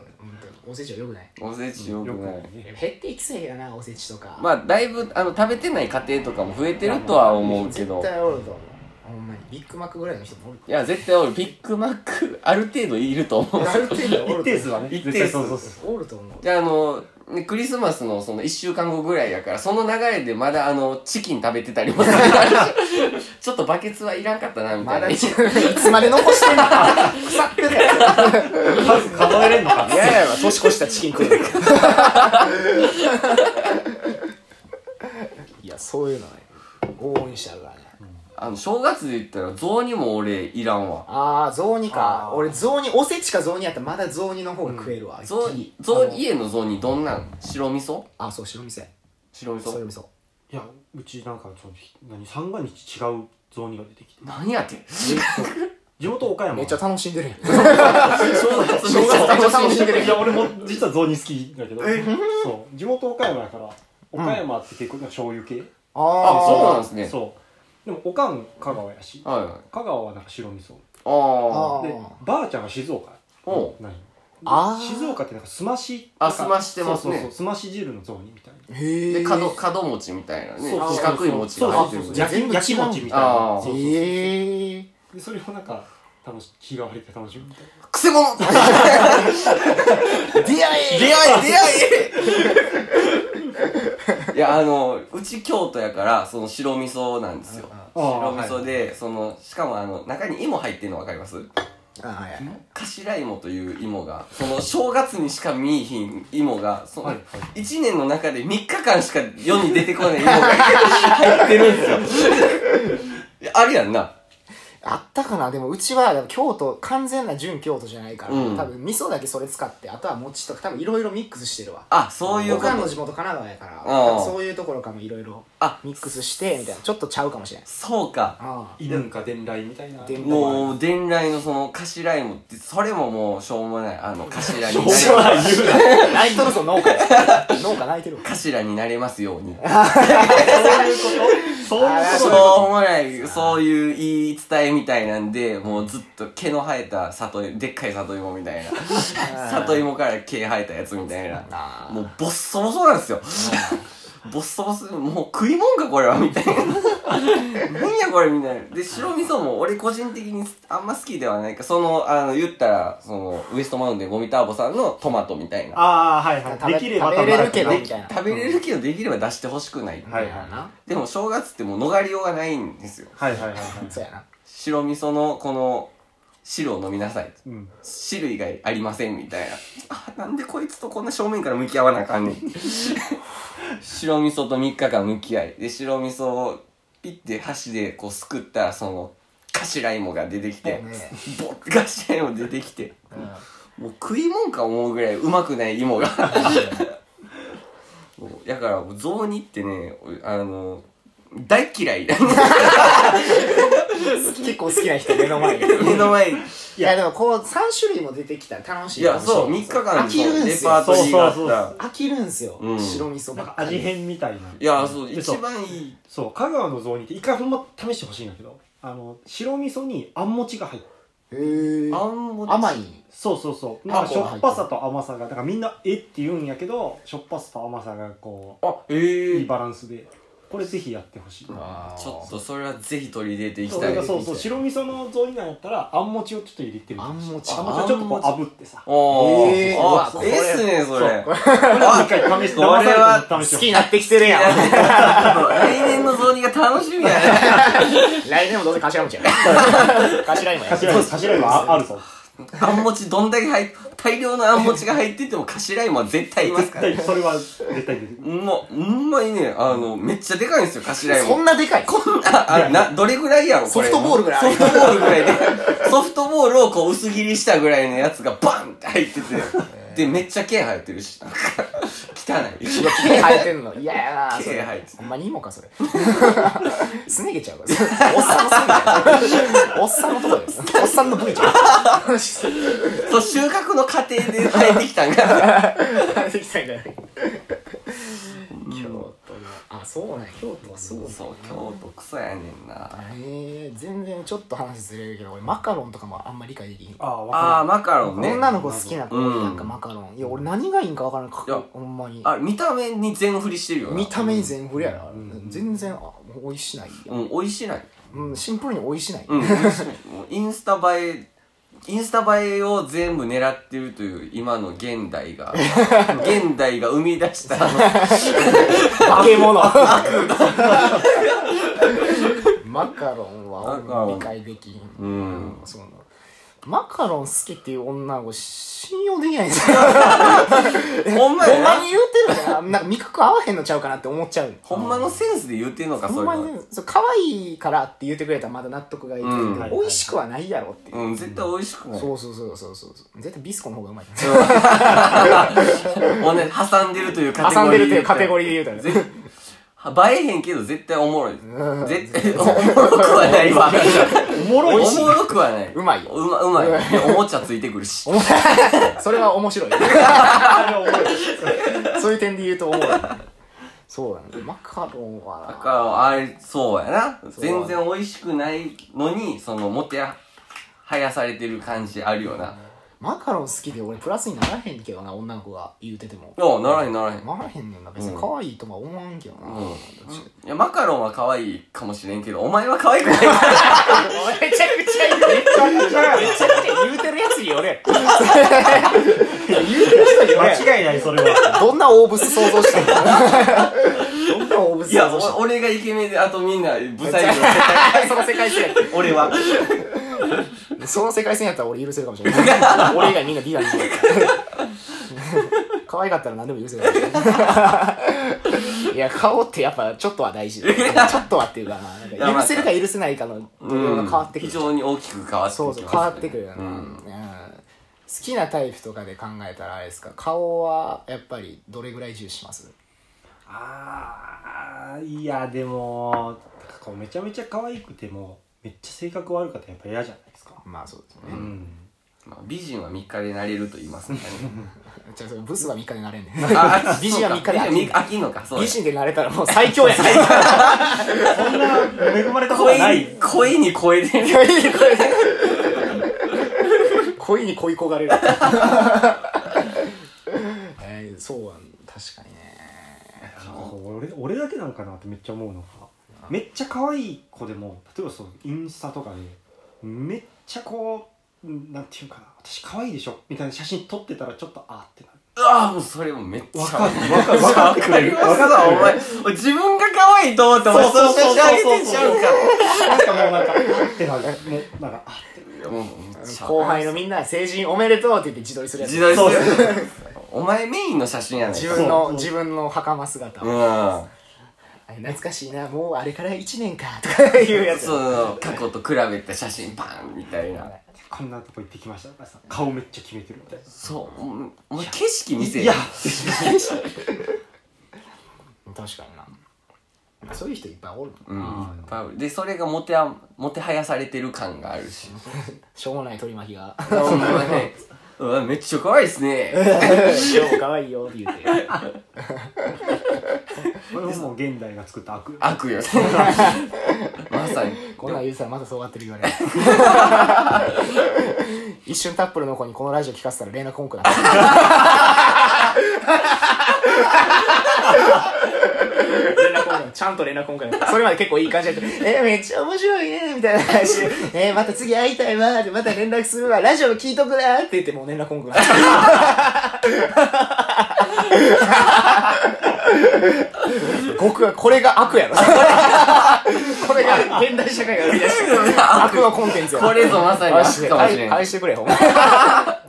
S1: おせちはよくない
S2: おせちよくない
S1: 減っていきそうやけどなおせちとか、
S2: まあだいぶあの食べてない家庭とかも増えてるとは思うけど
S1: 絶対おると思うほんまにビッグマックぐらいの人もおる
S2: いや絶対俺ビッグマックある程度いると思う
S1: あ る程度おると
S3: 一定
S1: 思
S3: 数はね
S2: 一定数
S3: 絶対そうそうそう
S1: うおると思う
S2: であのねクリスマスのその1週間後ぐらいやからその流れでまだあのチキン食べてたりもする ちょっとバケツはいらんかったなみた
S1: ま
S2: いな、
S1: だ いつまで残してんの 腐ってるやろ
S3: 数数えれんのかな
S1: 嫌やわ年越したチキン食うの いやそういうのはね応援しちゃうからね
S2: あの正月で言ったら雑煮も俺いらんわ
S1: ああ雑煮か
S3: あー
S1: 俺雑煮おせちか雑煮やったらまだ雑煮の方が食えるわ、
S2: 雑
S1: ギリ
S2: 雑
S1: あの
S2: 家の雑煮どんなん白味噌
S1: あそう白味噌や
S2: 白味
S1: 白
S2: 噌
S1: 味噌
S3: いやうちなんかちょっと何三が日違う雑煮が出 てきて
S2: 何やって
S3: 地元岡山
S1: めっちゃ楽しんでる やん
S2: 正月
S1: 正月楽しんでる
S3: いや俺も実は雑煮好きだけどそう地元岡山やから岡山って結構醤油系、
S1: あ
S2: あ
S1: ー
S2: そうなんですね
S3: そうでもおかん香川やし
S2: はいはい
S3: 香川はなんか白味噌
S2: あー
S1: あー
S3: でばあちゃんが静岡
S2: おう
S3: ない
S1: あー
S3: 静岡ってなんかすまし
S2: あすましてますね
S3: そうそうそうすまし汁の雑煮みたいな
S1: へえ
S2: で角角餅みたいなね
S3: そうそう
S2: 四角い餅が入ってる
S1: そうそうそう
S2: ね
S3: 焼き焼き餅みたい
S2: あ
S3: な
S2: ー
S3: そうそうそう
S1: へえ
S3: でそれをなんか楽し日替わりで楽しむみたいな
S2: くせ者出
S1: 出会え
S2: 会い出会いいやあのうち京都やからその白味噌なんですよ白味噌で、そのしかもあの中に芋入ってるの分かります
S1: あはいはい
S2: 頭芋という芋がその正月にしか見えひん芋がその、
S3: はいは
S2: 1年の中で3日間しか世に出てこない芋が入ってるんですよいやあるやんな
S1: あったかなでもうちはでも京都完全な純京都じゃないから、
S2: うん
S1: 多分味噌だけそれ使ってあとは餅とか多分いろいろミックスしてるわ
S2: あそういうこ
S1: 僕らの
S2: と
S1: 地元神奈川やから
S2: ああ
S1: 多分そういうところからもいろいろ
S2: あ
S1: ミックスしてみたいなちょっとちゃうかもしれない
S2: そうか
S1: あ
S3: 異文化伝来みたいな
S1: 伝
S2: もう伝来のその頭芋ってそれももうしょうもないあの頭になり
S1: あ言う な泣いとるぞ農家農家泣いてるわ
S2: 頭になれますように
S3: そういう
S1: あ
S3: こ
S2: し
S3: と
S2: ょ
S1: そう
S2: うもないそういう言い伝えみたいなんでもうずっと毛の生えた里芋でっかい里芋みたいな 里芋から毛生えたやつみたいな
S1: あ
S2: もうボッソボソなんですよボッソボソもう食いもんかこれはみたいな何やこれみたいなで白味噌も俺個人的にあんま好きではないかそのあの言ったらそのウエストマウンテンゴミターボさんのトマトみたいな
S3: ああはいはいできれば
S1: 食べれるけどみたいな
S2: 食べれるけどできれば出してほしくない、
S3: はい
S1: そうや
S3: は
S1: な
S2: でも正月ってもう逃れようがないんですよ
S3: いはいはいはいはい
S1: そうやな
S2: 白味噌のこの汁を飲みなさい
S3: うん
S2: 汁以外ありませんみたいなあなんでこいつとこんな正面から向き合わなあかんねん白味噌と3日間向き合いで白味噌をピッて箸でこうすくったらその頭芋が出てきて
S1: ね
S2: ボッ頭芋出てきてもう食いもんか思うぐらいうまくない芋がもうだからもう雑煮ってねあの大嫌い
S1: 結構好きな人目の前 に
S2: 目の前に
S1: いやでもこう3種類も出てきたら楽しい
S2: いや、そう、3
S1: 3
S2: 日間
S1: 飽きる
S2: の
S1: ん
S2: レ
S1: す
S2: パー
S1: よ
S2: トリーがあ
S3: そうそう
S2: っ
S3: そ
S2: た。
S1: 飽きるんすよ、
S2: うん
S1: 白味噌ばっか
S3: 味
S1: り
S3: 変みたいない
S2: や、そう、
S3: で
S2: 一番いい。
S3: そう香川の雑煮って一回ほんま試してほしいんだけどあの白味噌にあんもちが入ってる
S1: へえ
S2: あんもち
S1: 甘い
S3: そうそうそうなん
S2: あ
S3: かしょっぱさと甘さがだからみんなえって言うんやけどしょっぱさと甘さがこ
S2: あ、え
S3: ういい
S2: ー。
S3: バランスでこれぜひやってほしい
S1: あー
S2: ちょっとそれはぜひ取り入れていき
S3: そう
S2: た
S3: だ
S2: い
S3: か。ら
S2: あ
S3: そうそう白味噌の雑煮なんやったらあんもちをちょっと入れてる
S1: あんもち
S3: あんもちをちょっとこう
S2: あん
S3: 炙ってさ
S2: ー
S1: えーうわ
S2: あ
S1: こ、
S2: え
S1: れ
S2: えっすね、それ。
S3: 一回試して騙されたのに試し
S1: 好き
S3: てほしい
S1: になってきてるやん
S2: 来年の雑煮が楽しみやね。
S1: 来年もどうせ頭もちゃう 頭芋や
S3: 頭に頭にはあるぞ
S2: あんもちどんだけ入っ、大量のあんもちが入ってても、頭芋は絶対います
S3: 絶
S2: から。
S3: 対それは絶対出てくる
S2: もう、ほんまにね、あの、めっちゃでかいんですよ、頭芋。
S1: そんなでかい
S2: こんな、あ、な、どれぐらいやろ、これ。
S1: ソフトボールぐらい
S2: ソフトボールぐらいで。ソフトボールをこう薄切りしたぐらいのやつがバンって入 ってて。で、めっちゃ毛生えてるし。なんか汚い。
S1: うわ毛生えてんの嫌やなそ
S2: 毛
S1: れ
S2: 生えてる
S1: ほんまにいいもんかそ れすね毛ちゃうからおっさんのすね毛ちゃうおっさんのとこですおっさんの部位ちゃう
S2: そう、収穫の過程で生えてきたん が。
S1: できたんじゃない京都のあそうなんや京都はそうなんや
S2: そう、京都クソやねんな。
S1: えー、全然ちょっと話ずれるけど俺マカロンとかもあんまり理解できひん
S3: ああわ
S2: あー、
S3: か
S2: マカロンね。
S1: 女の子好きな子
S2: うん
S1: になんかマカロンいや俺何がいいんか分からんか
S2: いや
S1: ほんまに
S2: あ、見た目に全振りしてるよな。
S1: 見た目に全振りやな、
S3: ん
S1: 全然あ美味しないや
S2: うん、美味しない。
S1: ん、うん、シンプルに美味しない、
S2: うん、美味しい。もうインスタ映え、インスタ映えを全部狙ってるという今の現 代が、現代が生み出した
S1: 化け物 マカロンは
S2: マカロ
S1: 理
S2: ン
S1: 解できん、
S2: うん
S1: そうなマカロン好きっていう女の子信用で きないんですよ
S2: ほんま
S1: ほんま
S2: やな
S1: に言うてるのかななんか味覚合わへんのちゃうかなって思っちゃう。
S2: ほんまのセンスで言うてんのか、そ
S1: ほん
S2: れ
S1: ま
S2: は。
S1: に、そう、可愛いからって言ってくれたらまだ納得がいいけど、
S2: うん
S1: でも美味しくはないやろっていう。
S2: うん、絶対美味しくない。
S1: そうそうそうそうそう。絶対ビスコの方がうまい。
S2: もうね、挟んでるというカテゴ
S1: 挟ん
S2: リ
S1: で
S2: ー
S1: るというカテゴ
S2: リ
S1: リーで言うたらね。
S2: 映えへんけど絶対おもろいです。絶対、おもろくはな いわ。
S3: るおもろいし
S2: おもろくはない。
S1: うまいよ
S2: うま、うまい。でおもちゃついてくるし。
S1: それは面白い。
S3: あれはおもろい
S1: そういう点で言うと思う。 そうだね。マカロンは
S2: だ
S1: な。
S2: から、あれ、そうやな。
S1: うや
S2: 全然美味しくないのに、その、もてはやされてる感じあるよな。
S1: マカロン好きで俺プラスにならへんけどな、女の子が言うてても。
S2: おならへんならへん。
S1: ならへんねんな。別に可愛いとは思わんけどな。
S2: うん
S1: 私
S2: いや、マカロンは可愛いかもしれんけど、お前は可愛くないから。
S1: めちゃくちゃ言うめちゃくちゃ言うてるやつによれ言うてる人によれ
S3: 間違いないそれは
S1: どんな大仏想像してんのどんな大仏
S2: いや、
S1: 想像してん
S2: お俺がイケメンで、あとみんな、ブサイク。
S1: のその世界線
S2: 俺は。
S1: その世界線やったら俺許せるかもしれない俺以外みんな D なんで可愛かったら何でも許せるかもしれないいや、顔ってやっぱちょっとは大事だよちょっとはっていうかな、なんか許せるか許せないかの度
S2: う
S1: 量が
S2: ん
S1: 変わってく
S2: 非
S1: る。
S2: 常に大きく変わってきます
S1: そうそう、変わってくるよな。
S2: う
S1: うん
S2: ん
S1: 好きなタイプとかで考えたらあれですか顔はやっぱりどれぐらい重視します
S3: ああいやでもこうめちゃめちゃ可愛くてもめっちゃ性格悪かったらやっぱ嫌じゃないですか
S1: まあそうですね
S3: う。ん
S2: まあ、美人は3日でなれると言 いますからね
S1: じゃあそれブスは3日でなれんねん。
S2: あ
S1: 美人は3日で飽き
S2: 美
S1: ん
S2: 人は飽きんのかそうや
S1: 美人でなれたらもう最強や。
S3: そんな恵まれたことはない
S2: 恋恋に超えてる
S1: 恋に恋で 恋に恋焦がれるえー、そうは確かにね
S3: 俺俺だけなんかなってめっちゃ思うのがめっちゃ可愛い子でも例えばそうインスタとかでめっちゃこうなんていうかな私可愛いでしょみたいな写真撮ってたらちょっとあーってなる
S2: うわもうそれもめっちゃ
S3: わかるわかるわかってくれる
S2: わかるわお前自分が可愛いと思ってお前
S3: そう
S2: そ
S3: そううそうそう
S2: してあげてんちゃうか
S3: なんかもうなんかあーってなるもうなんかあーって
S2: いやもうめっちゃ
S1: 後輩のみんな成人おめでとうって言って自撮りするや
S2: 時
S1: つ
S2: 代そうお前メインの写真やねん
S1: 自
S2: か
S1: 分
S3: そ
S1: の
S3: う
S1: 自分の袴姿、
S2: う
S1: あ
S2: ん
S1: れ懐かしいなもうあれから1年かとかいうやつ
S2: そう過去と比べた写真パンみたいな
S3: こんなとこ行ってきましたとかさ顔めっちゃ決めてるみたいな
S2: そうお前お前景色見せ
S3: いや
S1: 確かになそういう人いっぱいおるもん
S2: うんいっぱいあるでそれがもてあもてはやされてる感があるし
S1: しょうもない取り巻きが
S2: お前うわめっちゃ可愛いですね
S1: 今日も可愛いよって言って
S3: これももう現代が作った悪
S2: 悪よまさに
S1: こんなん言うてたらまたそうなってる 言われる一瞬タップルの子にこのラジオ聞かせたら連絡文句だ連絡文句ちゃんと連絡文句だそれまで結構いい感じだったえめっちゃ面白いね」みたいな話 で「えまた次会いたいわ」って「また連絡するわラジオ聞いとくな」って言ってもう連絡文句だ僕はこれが悪やろこれが現代社会が生み出してる悪のコンテンツやろ
S2: これぞまさに
S1: 返して
S2: 悪かもしれん
S1: 返してくれほんま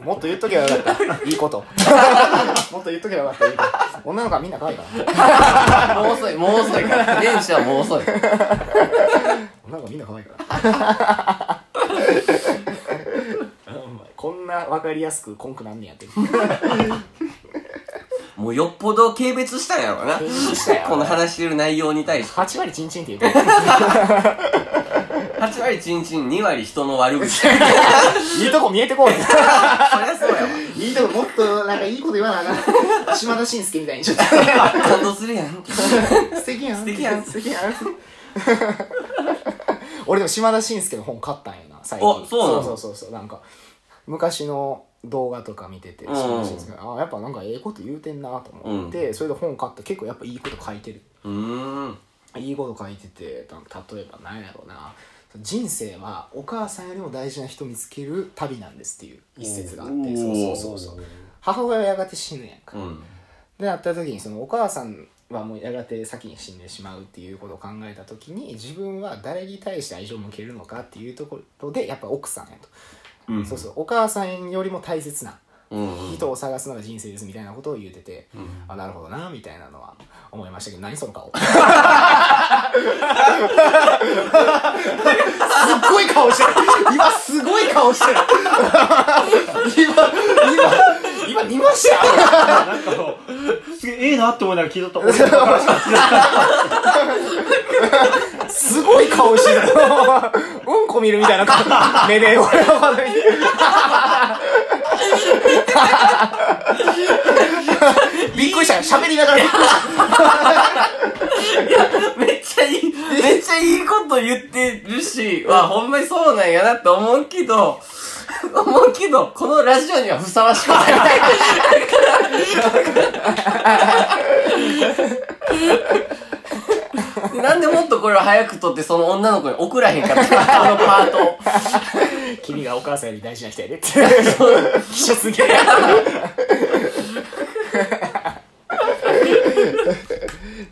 S1: もっと言っとけばよかったいいこともっと言っとけばよかったいいこと女の子はみんな可愛いからね
S2: もう遅い、もう遅いから。電車はもう遅い。
S1: 女の子はみんな可愛い からほんまこんな分かりやすくコンクなんねやって
S2: もうよっぽど軽蔑したんやろうな。
S1: 軽蔑したよ
S2: この話してる内容に対して。
S1: 8割チンチンって言う
S2: 8割チンチン、2割人の悪口。そり
S1: といいとこ見えてこい
S2: ゃそうやわ。
S1: いいとこもっとなんかいいこと言わなあかん島田紳介みたいにちょっと
S2: 感動するやん。
S1: 素敵やん
S2: 素敵やん
S1: 素敵やん俺でも島田紳介の本買ったんよな最近
S2: あそうなの
S1: そうそうそうそうなんか昔の動画とか見てて
S2: うん
S1: 島田紳介あやっぱなんかええこと言うてんなと思って、それで本買った結構やっぱいいこと書いてる
S2: うーん。
S1: いいこと書いててた例えば何やろうな人生はお母さんよりも大事な人を見つける旅なんですっていう一節があっ
S2: お
S1: て
S2: ー
S1: そうそうそうそう母親はやがて死ぬやんか、
S2: うん。
S1: でなった時にそのお母さんはもうやがて先に死んでしまうっていうことを考えた時に自分は誰に対して愛情を向けるのかっていうところでやっぱ奥さんやと、
S2: うん
S1: そうそうお母さんよりも大切な
S2: うん。
S1: 人を探すのが人生ですみたいなことを言うてて、
S2: ん
S1: あなるほどなみたいなのは思いましたけど何その顔すっごい顔してる今すごい顔してる今今今見ました
S3: なんかこうすげえええなって思いながら聞いとった俺の話が
S1: すごい顔してる。うんこ見るみたいな顔目で俺のこと見てびっくりしたよ。喋りながらびっくりした。
S2: めっちゃいい、めっちゃいいこと言ってるし、わ、ほんまにそうなんやなって思うけど、 思うけど、このラジオにはふさわしくない。 でなんでもっとこれを早く撮ってその女の子に送らへんかったこのパートを
S1: 君がお母さんより大事な人やでって。記者すげえ。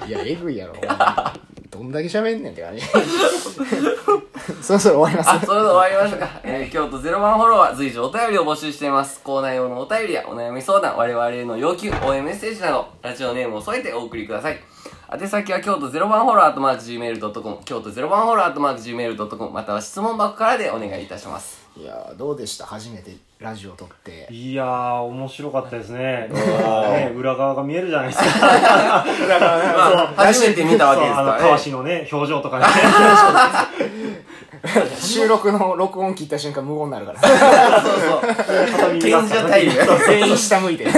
S1: いや、えぐいやろ。ほんまにどんだけ喋んねんって感じ。そろそろ終わります
S2: あ、それで終わりましょうか。えー、京都ゼロ番フォロワー、随時お便りを募集しています。コーナー用のお便りやお悩み相談、我々への要求、応援メッセージなど、ラジオネームを添えてお送りください。宛先は京都ゼロ番ホローアートマーク Gmail.com 京都ゼロ番ホローアートマーク Gmail.com または質問箱からでお願いいたします
S1: いやーどうでした初めてラジオ撮って
S3: いやー、面白かったですね。ね裏側が見えるじゃないですか。
S2: まあ初めて見たわけです
S3: そうあの、
S2: から
S3: 川
S2: ね
S3: 氏のね、表情とかね。
S1: 収録の録音切った瞬間無言になるから
S3: 片耳
S2: 賢
S3: が
S2: 者体力
S1: 全員下向いて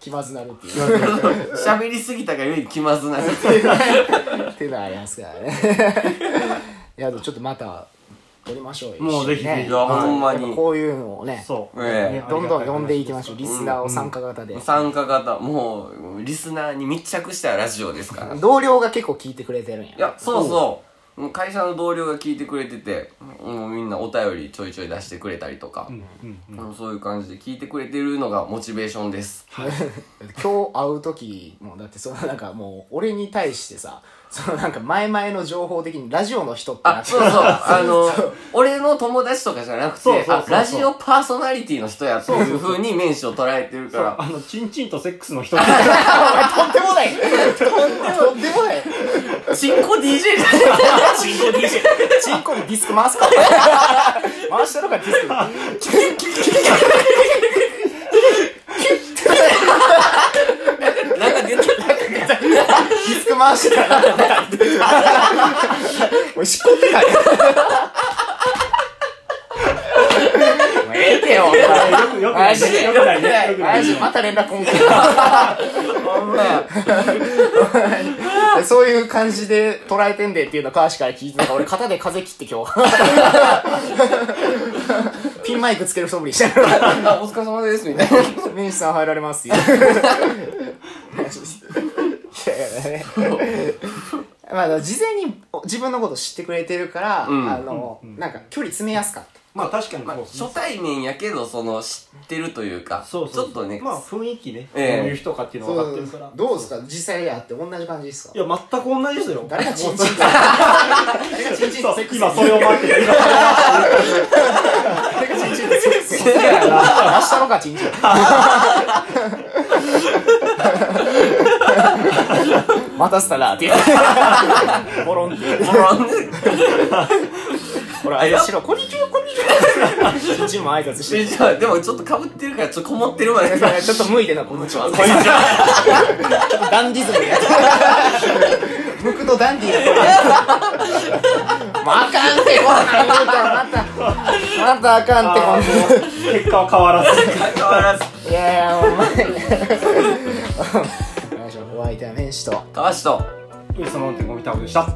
S1: 気まずなるっていう
S2: 喋りすぎたがゆえに気まずなる
S1: っていうのはありますからね いやでもちょっとまた撮りましょうよ
S3: もうぜひ
S1: 一緒にね
S3: ぜひ
S2: いやほんま
S1: やっぱ
S2: に
S1: こういうのをね
S3: そう。
S2: ええ
S3: ね
S1: どんどん呼んでいきましょうリ
S3: あ
S1: スナーを参加型で、
S2: 参加型もうリスナーに密着したラジオですから
S1: 同僚が結構聞いてくれてるんや
S2: いやそうそうもう会社の同僚が聞いてくれててもうみんなお便りちょいちょい出してくれたりとか
S3: り、がたいうんうん
S2: うんそういう感じで聞いてくれてるのがモチベーションです
S1: 今日会う時もだってそのなんかもう俺に対してさそのなんか前々の情報的にラジオの人ってな
S2: あ
S1: って
S2: そうそうあの俺の友達とかじゃなく
S3: そう
S2: て
S3: そうそう
S2: あ
S3: そう
S2: ラジオパーソナリティの人やっていうふうに面視を捉えてるから
S3: あの、チンチンとセックスの人あ
S1: とんでもない とんでもない
S2: チンコ DJ じ
S1: チンコ DJ チンコにディスク回すか 回したのかディスク
S2: ゃんなんか出て
S1: ディスク回してたら俺しこってたよもうええてよお前
S3: よく、よくない
S1: マジで
S3: ね。よくないね。よくない
S1: マ
S3: ね
S1: ジまた連絡来んけどそういう感じで捉えてんでっていうの川氏から聞いてたから俺肩で風切って今 日 ピンマイクつけるそぶりしてる
S2: あお疲れ様ですみたいな
S1: メンシさん入られます っていういやいやねまあ事前に自分のこと知ってくれてるから、
S2: ん
S1: あの、なんか距離詰めやすかった
S3: まあ確かに
S2: まあ
S3: そうですね
S2: 初対面やけどその知ってるというか
S3: そうそうそう。
S2: ちょっとね、
S3: まあ雰囲気ね。どう
S2: ええ
S3: いう人かっていうのは分かってるから。
S1: どうですか実際で会って同じ感じですか
S3: いや、全く同じですよ。
S1: 誰がチンチンと誰 がチンチンとセックス
S3: 今それを待ってる。今
S1: 誰がチンチンとセックス出したのか チンチン 待たせたなって ボロンって
S2: ボロン
S1: ほら、あいつしろ、こんにちは、こんにちは。いちも挨拶して。
S2: じゃあでもちょっとかぶってるからちょっとこもってるわね
S1: ちょっと向いてな、こんにちは。こんにちは。ちょっとダンディズムでやってる。向くとダンディーな声。もうあかんって、こんなん言うたらまた、またあかんって、ほんとに。
S3: 結果は変わらず。
S2: 変わらず
S1: いやいや、お前。お願いしますお相手はメンシと。
S2: 川下
S3: ウエストの4.5ミタオでした。